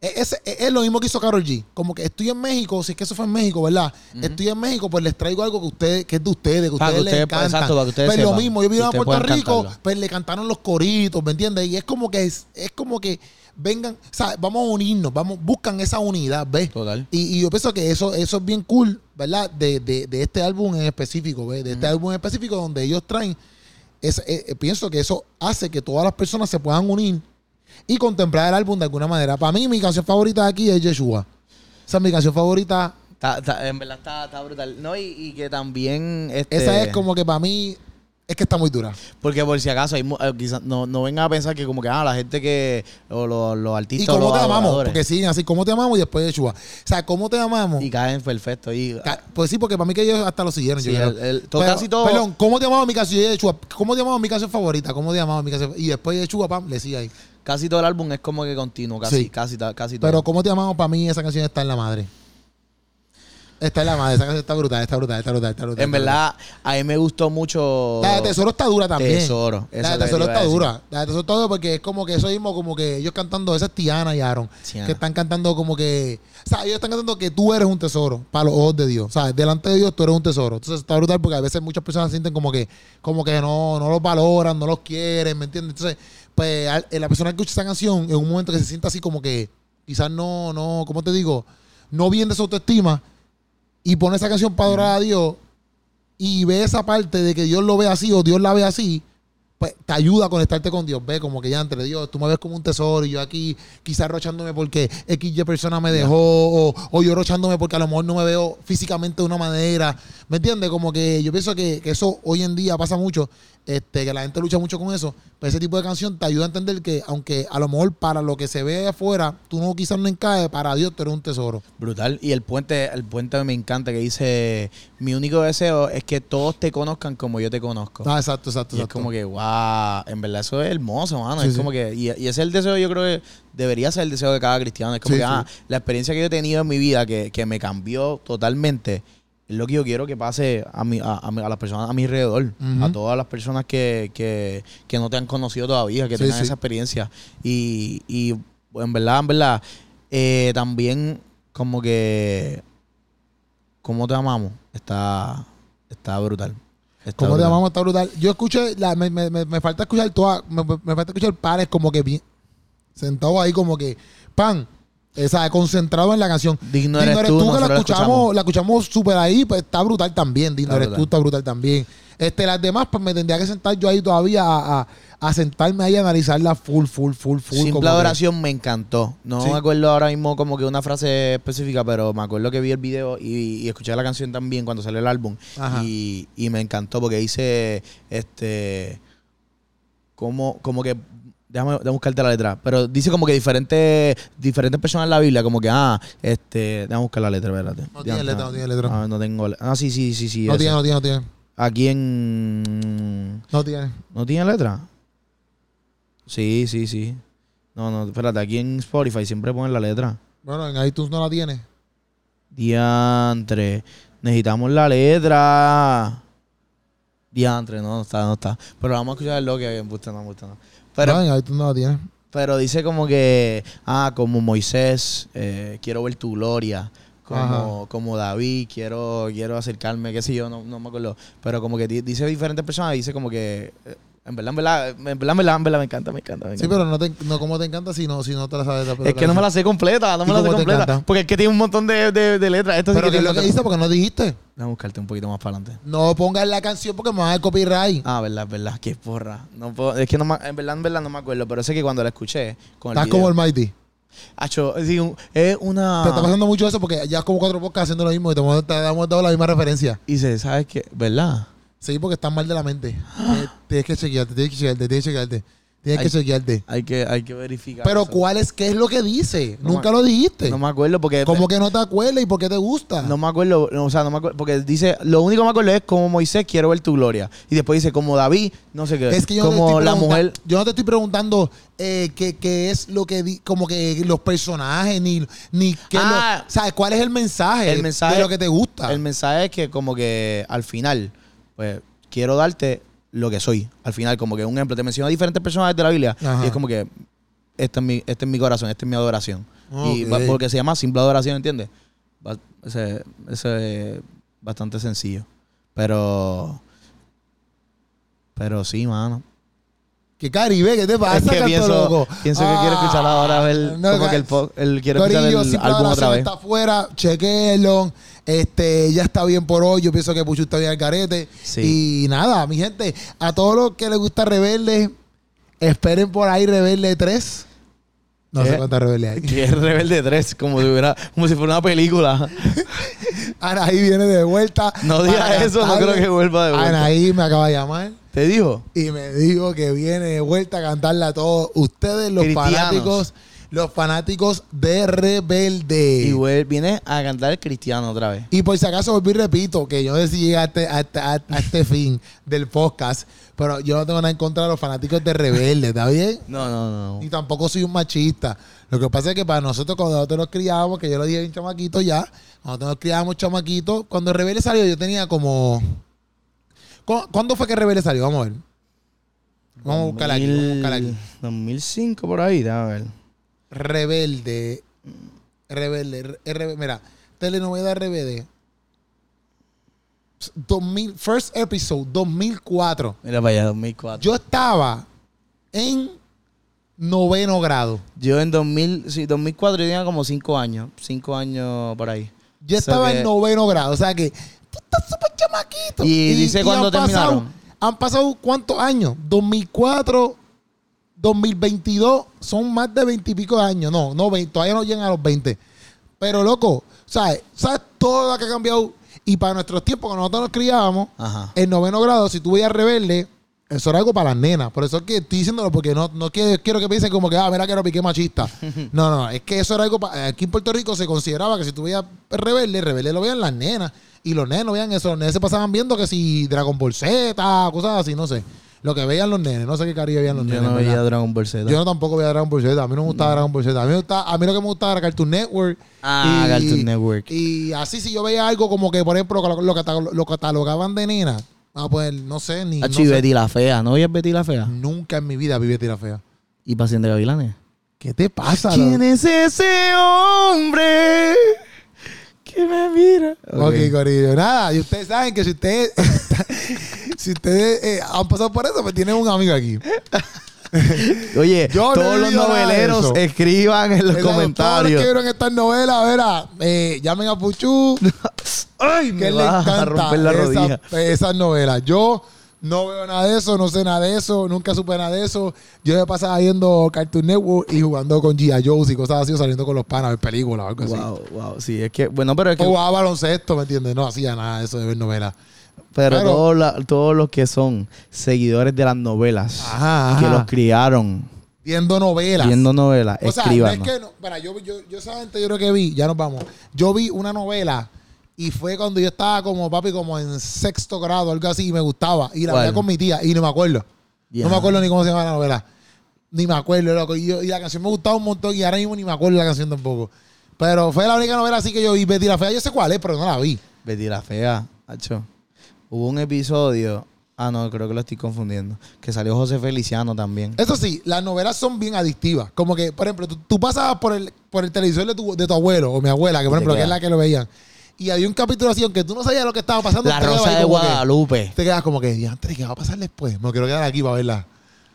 [SPEAKER 1] e- ese- e- es, lo mismo que hizo Carol G. Como que estoy en México, si es que eso fue en México, ¿verdad? Estoy en México, pues les traigo algo que ustedes, que es de ustedes, que a
[SPEAKER 2] Para
[SPEAKER 1] ustedes
[SPEAKER 2] que
[SPEAKER 1] les
[SPEAKER 2] ustedes-
[SPEAKER 1] encanta.
[SPEAKER 2] exacto, para que ustedes
[SPEAKER 1] Pues lo
[SPEAKER 2] sepan.
[SPEAKER 1] mismo, yo vine a
[SPEAKER 2] Ustedes
[SPEAKER 1] Puerto
[SPEAKER 2] puedan
[SPEAKER 1] Rico,
[SPEAKER 2] cantarlo.
[SPEAKER 1] pues le cantaron los coritos, ¿me entiendes? Y es como que es, es como que vengan, o sea, vamos a unirnos, vamos, buscan esa unidad, ¿ves?
[SPEAKER 2] Total.
[SPEAKER 1] Y, y yo pienso que eso, eso es bien cool, ¿verdad? De, de- de este álbum en específico, ¿ves? De este álbum en específico donde ellos traen. es- eh, eh, pienso que eso hace que todas las personas se puedan unir y contemplar el álbum de alguna manera. Para mí, mi canción favorita de aquí es Yeshua. Esa es mi canción favorita.
[SPEAKER 2] Está- está- en verdad está, está brutal. No, y, y que también. Este,
[SPEAKER 1] Esa es como que para mí es que está muy dura.
[SPEAKER 2] Porque por si acaso, hay mu- eh, quizás no, no vengan a pensar que, como que, ah, la gente que. O los, los artistas.
[SPEAKER 1] Y cómo
[SPEAKER 2] los
[SPEAKER 1] te amamos,
[SPEAKER 2] adoradores.
[SPEAKER 1] porque siguen así, cómo te amamos y después Yeshua. O sea, cómo te amamos.
[SPEAKER 2] Y caen perfecto. Y,
[SPEAKER 1] Ca- Pues sí, porque para mí que ellos hasta lo siguieron.
[SPEAKER 2] Sí,
[SPEAKER 1] yo creo.
[SPEAKER 2] el- el- to- casi todo-
[SPEAKER 1] Perdón, ¿cómo te llamaba mi canción de Yeshua? ¿Cómo te llamaba mi canción favorita? ¿Cómo te llamaba mi canción? Y después de Yeshua, pam, le sigue ahí.
[SPEAKER 2] casi todo el álbum es como que continuo. Casi,
[SPEAKER 1] Sí.
[SPEAKER 2] casi, ta- casi todo.
[SPEAKER 1] Pero ¿cómo te llamaba? Para mí esa canción está en la madre. Está en la madre. Esa canción está brutal, está brutal, está brutal, está brutal.
[SPEAKER 2] en verdad, a mí me gustó mucho.
[SPEAKER 1] La de Tesoro está dura también.
[SPEAKER 2] Tesoro, esa
[SPEAKER 1] La de
[SPEAKER 2] es la que
[SPEAKER 1] Tesoro
[SPEAKER 2] te iba a
[SPEAKER 1] está
[SPEAKER 2] decir.
[SPEAKER 1] dura. La de Tesoro está dura porque es como que eso mismo, como que ellos cantando, esa es Tiana y Aaron,
[SPEAKER 2] Tiana.
[SPEAKER 1] que están cantando como que, o sea, ellos están cantando que tú eres un tesoro para los ojos de Dios. O sea, delante de Dios tú eres un tesoro. Entonces está brutal porque a veces muchas personas sienten como que, como que no, no los valoran, no los quieren, ¿me entiendes? Entonces, pues al- la persona que escucha esa canción en un momento que se sienta así como que quizás no, no, ¿cómo te digo? No bien de su autoestima y pone esa canción para adorar a Dios y ve esa parte de que Dios lo ve así o Dios la ve así, pues te ayuda a conectarte con Dios. Ve como que ya entre Dios, tú me ves como un tesoro y yo aquí quizás rochándome porque XY persona me dejó o, o yo rochándome porque a lo mejor no me veo físicamente de una manera. ¿Me entiendes? Como que yo pienso que, que eso hoy en día pasa mucho, este, que la gente lucha mucho con eso. Pero ese tipo de canción te ayuda a entender que aunque a lo mejor para lo que se ve afuera, tú no quizás no encaje, para Dios tú eres un tesoro.
[SPEAKER 2] Brutal. Y el puente, el puente me encanta que dice, mi único deseo es que todos te conozcan como yo te conozco.
[SPEAKER 1] Ah, exacto, exacto,
[SPEAKER 2] y es
[SPEAKER 1] exacto.
[SPEAKER 2] como que, wow, en verdad eso es hermoso, mano.
[SPEAKER 1] Sí,
[SPEAKER 2] es
[SPEAKER 1] sí.
[SPEAKER 2] como que, y, y ese es el deseo, yo creo que debería ser el deseo de cada cristiano. Es como
[SPEAKER 1] Sí,
[SPEAKER 2] que,
[SPEAKER 1] sí.
[SPEAKER 2] ah, la experiencia que yo he tenido en mi vida que, que me cambió totalmente es lo que yo quiero que pase a, mi, a, a mi- a las personas a mi alrededor,
[SPEAKER 1] Ujú.
[SPEAKER 2] a todas las personas que, que, que no te han conocido todavía, que
[SPEAKER 1] Sí,
[SPEAKER 2] tengan
[SPEAKER 1] sí.
[SPEAKER 2] esa experiencia. Y, y en verdad, en verdad, eh, también como que, ¿cómo te amamos? Está, está brutal. Está
[SPEAKER 1] ¿Cómo te
[SPEAKER 2] brutal.
[SPEAKER 1] llamamos? Está brutal. Yo escuché, la- me, me- me- me falta escuchar toda, me, me- me falta escuchar pares como que bien, sentado ahí como que, pan, eh, ¿sabes? concentrado en la canción.
[SPEAKER 2] Digno eres tú,
[SPEAKER 1] que la
[SPEAKER 2] nosotros la
[SPEAKER 1] escuchamos,
[SPEAKER 2] escuchamos.
[SPEAKER 1] la escuchamos súper ahí, pues está brutal también. Digno
[SPEAKER 2] Está
[SPEAKER 1] eres tú,
[SPEAKER 2] brutal.
[SPEAKER 1] está brutal también. Este, las demás, pues me tendría que sentar yo ahí todavía a, a- a sentarme ahí a analizarla full, full, full, full. como
[SPEAKER 2] Simple
[SPEAKER 1] que-
[SPEAKER 2] adoración me encantó. No
[SPEAKER 1] Sí.
[SPEAKER 2] me acuerdo ahora mismo como que una frase específica, pero me acuerdo que vi el video y, y escuché la canción también cuando salió el álbum.
[SPEAKER 1] Ajá.
[SPEAKER 2] Y, y me encantó porque dice, este, como, como que, déjame, déjame buscarte la letra, pero dice como que diferentes diferentes personas en la Biblia, como que, ah, este, déjame buscar la letra, espérate.
[SPEAKER 1] No tiene letra, no tiene letra.
[SPEAKER 2] Ah, no tengo letra. Ah, sí, sí, sí, sí.
[SPEAKER 1] No
[SPEAKER 2] ese.
[SPEAKER 1] tiene, no tiene, no tiene.
[SPEAKER 2] Aquí en...
[SPEAKER 1] No tiene.
[SPEAKER 2] ¿No tiene letra? Sí, sí, sí. No, no, espérate, aquí en Spotify siempre ponen la letra.
[SPEAKER 1] Bueno, en iTunes no la tiene.
[SPEAKER 2] Diantre. Necesitamos la letra. Diantre, no, no está, no está. Pero vamos a escuchar lo que me gusta, no me gusta, no. Pero,
[SPEAKER 1] No, en iTunes no la tiene.
[SPEAKER 2] pero dice como que, ah, como Moisés, eh, quiero ver tu gloria. Como, como David, quiero, quiero acercarme, qué sé yo, no, no me acuerdo. Pero como que di- dice diferentes personas, dice como que, eh, en verdad, en verdad, en verdad, en verdad, en verdad, me encanta, me encanta. me
[SPEAKER 1] Sí,
[SPEAKER 2] encanta.
[SPEAKER 1] pero no, te, no como te encanta si no, si no te la sabes.
[SPEAKER 2] es que no me la sé completa, no
[SPEAKER 1] ¿Y
[SPEAKER 2] me la sé
[SPEAKER 1] cómo te
[SPEAKER 2] completa.
[SPEAKER 1] encanta?
[SPEAKER 2] Porque es que tiene un montón de, de- de letras. Esto sí
[SPEAKER 1] Pero que es
[SPEAKER 2] tiene
[SPEAKER 1] lo que
[SPEAKER 2] letras.
[SPEAKER 1] dice porque no dijiste.
[SPEAKER 2] Déjame buscarte un poquito más para adelante.
[SPEAKER 1] No pongas la canción porque me van a dar copyright.
[SPEAKER 2] Ah, verdad, verdad, qué porra. No puedo, es que no me, en verdad, en verdad no me acuerdo, pero sé que cuando la escuché con el
[SPEAKER 1] Estás
[SPEAKER 2] video-
[SPEAKER 1] como el Mighty.
[SPEAKER 2] Acho, sí, un- es una
[SPEAKER 1] Te está pasando mucho eso porque ya como cuatro podcasts haciendo lo mismo y te hemos, te hemos dado la misma referencia.
[SPEAKER 2] y se sabes que, ¿verdad?
[SPEAKER 1] Sí, porque estás mal de la mente. Eh, tienes que chequearte, tienes que chequearte, tienes que chequearte. Tienes que
[SPEAKER 2] Ay.
[SPEAKER 1] chequearte.
[SPEAKER 2] Hay que hay que verificar.
[SPEAKER 1] Pero
[SPEAKER 2] eso.
[SPEAKER 1] ¿cuál es, qué es lo que dice?
[SPEAKER 2] No
[SPEAKER 1] Nunca
[SPEAKER 2] me-
[SPEAKER 1] lo dijiste.
[SPEAKER 2] no me acuerdo porque
[SPEAKER 1] como que no te acuerdas y por qué te gusta.
[SPEAKER 2] no me acuerdo, no, o sea, no me acuerdo porque dice, lo único que me acuerdo es como Moisés quiero ver tu gloria y después dice como David, no sé qué,
[SPEAKER 1] es que yo no te
[SPEAKER 2] como
[SPEAKER 1] estoy
[SPEAKER 2] la
[SPEAKER 1] pregunta-
[SPEAKER 2] mujer
[SPEAKER 1] yo no te estoy preguntando eh, qué, qué es lo que di- como que los personajes ni ni qué lo-
[SPEAKER 2] Ah.
[SPEAKER 1] sabes cuál es el mensaje,
[SPEAKER 2] El mensaje-
[SPEAKER 1] de lo que te gusta.
[SPEAKER 2] El mensaje es que como que al final, pues quiero darte lo que soy. Al final, como que un ejemplo, te menciona diferentes personajes de la Biblia
[SPEAKER 1] Ajá.
[SPEAKER 2] y es como que este es mi, este es mi corazón, esta es mi adoración. Y
[SPEAKER 1] Ok.
[SPEAKER 2] va- porque se llama simple adoración, ¿entiendes? Va- Ese ese es bastante sencillo. Pero. Pero sí, mano.
[SPEAKER 1] ¿Qué caribe? ¿Qué te pasa,
[SPEAKER 2] es que
[SPEAKER 1] canto
[SPEAKER 2] pienso,
[SPEAKER 1] loco?
[SPEAKER 2] pienso que
[SPEAKER 1] Ah,
[SPEAKER 2] quiero escuchar ahora a ver
[SPEAKER 1] no,
[SPEAKER 2] como
[SPEAKER 1] ca-
[SPEAKER 2] que el, po- el quiero escuchar
[SPEAKER 1] Corillo,
[SPEAKER 2] el
[SPEAKER 1] Simple
[SPEAKER 2] álbum otra
[SPEAKER 1] Adoración
[SPEAKER 2] vez.
[SPEAKER 1] está afuera, chequenlo. Este, ya está bien por hoy. Yo pienso que Puchu está bien al carete.
[SPEAKER 2] Sí.
[SPEAKER 1] Y nada, mi gente, a todos los que les gusta Rebelde, esperen por ahí Rebelde 3. No
[SPEAKER 2] ¿Qué?
[SPEAKER 1] sé cuánta Rebelde hay.
[SPEAKER 2] Que es Rebelde 3, como si hubiera, como si fuera una película.
[SPEAKER 1] Anaí viene de vuelta.
[SPEAKER 2] No digas
[SPEAKER 1] para
[SPEAKER 2] eso, no
[SPEAKER 1] cantarle.
[SPEAKER 2] creo que vuelva de vuelta.
[SPEAKER 1] Anaí me acaba de llamar
[SPEAKER 2] ¿Te dijo?
[SPEAKER 1] y me dijo que viene de vuelta a cantarle a todos ustedes, los
[SPEAKER 2] Cristianos.
[SPEAKER 1] fanáticos, los fanáticos de Rebelde.
[SPEAKER 2] Y güey, viene a cantar el cristiano otra vez.
[SPEAKER 1] Y por si acaso volví y repito que yo decidí llegar a este, a este- a- a este fin del podcast, pero yo no tengo nada en contra de los fanáticos de Rebelde, ¿está bien?
[SPEAKER 2] No, no,
[SPEAKER 1] Y
[SPEAKER 2] no.
[SPEAKER 1] tampoco soy un machista. Lo que pasa es que para nosotros, cuando nosotros nos criábamos, que yo lo dije bien chamaquito ya, cuando nosotros nos criábamos chamaquito, cuando Rebelde salió, yo tenía como. ¿Cu- ¿Cuándo fue que Rebelde salió? Vamos a ver. Vamos a buscar aquí, vamos a buscar aquí.
[SPEAKER 2] 2005 por ahí, a ver.
[SPEAKER 1] Rebelde. Rebelde. re- RB mira, telenovela RBD. 2000, first episode, 2004.
[SPEAKER 2] Mira para allá, 2004. Yo,
[SPEAKER 1] Yo estaba en noveno grado.
[SPEAKER 2] en 2000, sí, 2004 yo tenía como 5 años. 5 años por ahí.
[SPEAKER 1] Yo
[SPEAKER 2] O sea
[SPEAKER 1] estaba
[SPEAKER 2] que-
[SPEAKER 1] en noveno grado. O sea que tú estás súper chamaquito.
[SPEAKER 2] Y dice cuándo
[SPEAKER 1] han pasado-
[SPEAKER 2] terminaron.
[SPEAKER 1] han pasado cuántos años? 2004, 2022. Son más de 20 y pico de años. No, no, 20, todavía no llegan a los 20. Pero loco, ¿sabes? ¿Sabes todo lo que ha cambiado? Y para nuestros tiempos, cuando nosotros nos criábamos,
[SPEAKER 2] Ajá.
[SPEAKER 1] en noveno grado, si tú veías rebelde, eso era algo para las nenas. Por eso es que estoy diciéndolo, porque no, no quiero, quiero que piensen como que, ah, mira que no piqué machista. No, no, no, es que eso era algo para. Aquí en Puerto Rico se consideraba que si tú veías rebelde, rebelde lo veían las nenas. Y los nenes no veían eso. Los nenes se pasaban viendo que si Dragon Ball Z, cosas así, no sé. Lo que veían los nenes, no sé qué cariño veían los
[SPEAKER 2] Yo
[SPEAKER 1] nenes.
[SPEAKER 2] no
[SPEAKER 1] ¿verdad?
[SPEAKER 2] veía Dragon Ball Z.
[SPEAKER 1] Yo no tampoco veía Dragon Ball Z. A mí no me gustaba Dragon Ball Z. A mí, me gustaba- a mí lo que me gustaba era Cartoon Network.
[SPEAKER 2] Ah, Cartoon Network.
[SPEAKER 1] Y así, si yo veía algo como que, por ejemplo, lo, lo catalog- lo catalogaban de nena, ah, pues no sé, ni.
[SPEAKER 2] Ah,
[SPEAKER 1] no
[SPEAKER 2] chi,
[SPEAKER 1] sé.
[SPEAKER 2] Betty la Mm. Fea. ¿No veías Betty la Fea?
[SPEAKER 1] Nunca en mi vida viví tira fea.
[SPEAKER 2] Y Paciente Gavilanes.
[SPEAKER 1] ¿Qué te pasa,
[SPEAKER 2] ¿Quién
[SPEAKER 1] loco?
[SPEAKER 2] es ese hombre que me mira?
[SPEAKER 1] Ok, Corillo. Nada, y ustedes saben que si ustedes. si ustedes eh, han pasado por eso, pues tienen un amigo aquí.
[SPEAKER 2] Oye,
[SPEAKER 1] Yo no
[SPEAKER 2] todos
[SPEAKER 1] he
[SPEAKER 2] los
[SPEAKER 1] leído nada de
[SPEAKER 2] noveleros
[SPEAKER 1] eso.
[SPEAKER 2] escriban en los
[SPEAKER 1] Exacto, Todos los
[SPEAKER 2] comentarios.
[SPEAKER 1] que vieron estas novelas, verá, eh, llamen a Puchu.
[SPEAKER 2] Ay,
[SPEAKER 1] que
[SPEAKER 2] me
[SPEAKER 1] le
[SPEAKER 2] vas a romper la rodilla.
[SPEAKER 1] encanta esa- esas novelas. Yo no veo nada de eso, no sé nada de eso, nunca supe nada de eso. Yo me pasaba viendo Cartoon Network y jugando con G.I. Joe's y cosas así, o saliendo con los panas a ver películas o algo así. Oh,
[SPEAKER 2] Wow, wow, sí, es que bueno, pero es
[SPEAKER 1] O
[SPEAKER 2] que
[SPEAKER 1] jugaba baloncesto, ¿me entiendes? No hacía nada de eso de ver novelas.
[SPEAKER 2] pero
[SPEAKER 1] claro.
[SPEAKER 2] todos la- todos los que son seguidores de las novelas
[SPEAKER 1] Ajá,
[SPEAKER 2] que
[SPEAKER 1] ajá.
[SPEAKER 2] los criaron
[SPEAKER 1] Viendo novelas.
[SPEAKER 2] viendo novelas,
[SPEAKER 1] o sea, no es
[SPEAKER 2] escriban.
[SPEAKER 1] que no, para, yo, yo, yo solamente yo creo que vi, ya nos vamos. Yo vi una novela y fue cuando yo estaba como papi, como en sexto grado, algo así, y me gustaba. Y la
[SPEAKER 2] ¿Cuál?
[SPEAKER 1] veía con mi tía y no me acuerdo.
[SPEAKER 2] Ya.
[SPEAKER 1] No me acuerdo ni cómo se llama la novela. Ni me acuerdo, loco. Y, yo- y la canción me gustaba un montón y ahora mismo ni me acuerdo la canción tampoco. Pero fue la única novela así que yo vi Betty la Fea. Yo sé cuál es, pero no la vi.
[SPEAKER 2] Betty la fea, hacho. Hubo un episodio, ah no, creo que lo estoy confundiendo, que salió José Feliciano también.
[SPEAKER 1] Eso sí, las novelas son bien adictivas. Como que, por ejemplo, tú, tú pasabas por el, por el televisor de tu, de tu abuelo o mi abuela, que por
[SPEAKER 2] te
[SPEAKER 1] ejemplo, que es
[SPEAKER 2] quedas.
[SPEAKER 1] la que lo veían. Y había un capítulo así, aunque tú no sabías lo que estaba pasando.
[SPEAKER 2] La
[SPEAKER 1] te quedabas ahí
[SPEAKER 2] Rosa de
[SPEAKER 1] como que-
[SPEAKER 2] Guadalupe.
[SPEAKER 1] te quedas como que, diantre, ¿qué va a pasar después? Me quiero quedar aquí para verla.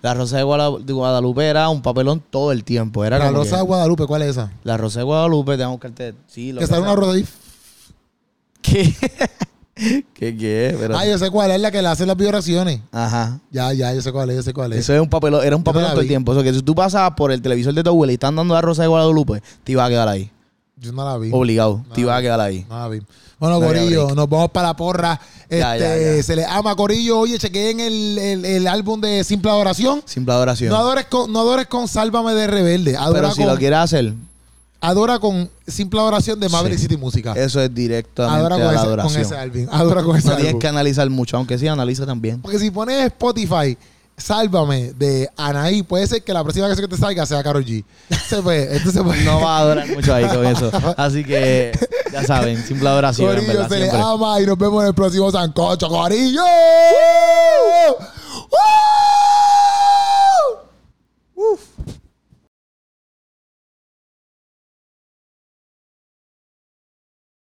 [SPEAKER 2] La Rosa de Guala- de Guadalupe era un papelón todo el tiempo. Era
[SPEAKER 1] La
[SPEAKER 2] como
[SPEAKER 1] Rosa de
[SPEAKER 2] que-
[SPEAKER 1] Guadalupe, ¿cuál es esa?
[SPEAKER 2] La Rosa de Guadalupe, te vamos a buscarte. Sí, lo
[SPEAKER 1] Que sale
[SPEAKER 2] sea.
[SPEAKER 1] una rosa ahí.
[SPEAKER 2] ¿Qué? ¿Qué qué? Pero-
[SPEAKER 1] Ah, yo sé cuál es la que le hace las vibraciones.
[SPEAKER 2] Ajá.
[SPEAKER 1] Ya, ya, yo sé cuál es, yo sé cuál es.
[SPEAKER 2] Eso es un papelón, era
[SPEAKER 1] Yo
[SPEAKER 2] un
[SPEAKER 1] no
[SPEAKER 2] papelón
[SPEAKER 1] la
[SPEAKER 2] todo el
[SPEAKER 1] vi.
[SPEAKER 2] tiempo. O sea, que si tú pasabas por el televisor de tu abuela y están dando la Rosa de Guadalupe, te ibas a quedar ahí.
[SPEAKER 1] Yo no la vi.
[SPEAKER 2] Obligado.
[SPEAKER 1] No.
[SPEAKER 2] Te ibas a quedar ahí.
[SPEAKER 1] No la vi. Bueno,
[SPEAKER 2] No había
[SPEAKER 1] Corillo,
[SPEAKER 2] break.
[SPEAKER 1] nos vamos para la porra. Este,
[SPEAKER 2] Ya, ya, ya.
[SPEAKER 1] Se le ama, Corillo. Oye, chequeen el, el, el álbum de Simple Adoración.
[SPEAKER 2] Simple adoración.
[SPEAKER 1] No adores con, no adores con Sálvame de Rebelde. Adora,
[SPEAKER 2] Pero si
[SPEAKER 1] con,
[SPEAKER 2] lo quieres hacer,
[SPEAKER 1] adora con Simple Adoración de Maverick
[SPEAKER 2] Sí.
[SPEAKER 1] City Música.
[SPEAKER 2] eso es directamente
[SPEAKER 1] Ah. Adora
[SPEAKER 2] a
[SPEAKER 1] con
[SPEAKER 2] la
[SPEAKER 1] ese, con
[SPEAKER 2] adoración.
[SPEAKER 1] ese álbum. Adora con ese
[SPEAKER 2] no tienes
[SPEAKER 1] álbum.
[SPEAKER 2] que analizar mucho, aunque sí analiza también.
[SPEAKER 1] Porque si pones Spotify, Sálvame de Anaí, puede ser que la próxima canción que te salga sea Karol G. Se puede, esto se puede.
[SPEAKER 2] No va a adorar mucho ahí con eso. Así que ya saben, simple adoración, en
[SPEAKER 1] Corillo,
[SPEAKER 2] verdad,
[SPEAKER 1] se les
[SPEAKER 2] siempre.
[SPEAKER 1] ama y nos vemos en el próximo Sancocho, Corillo.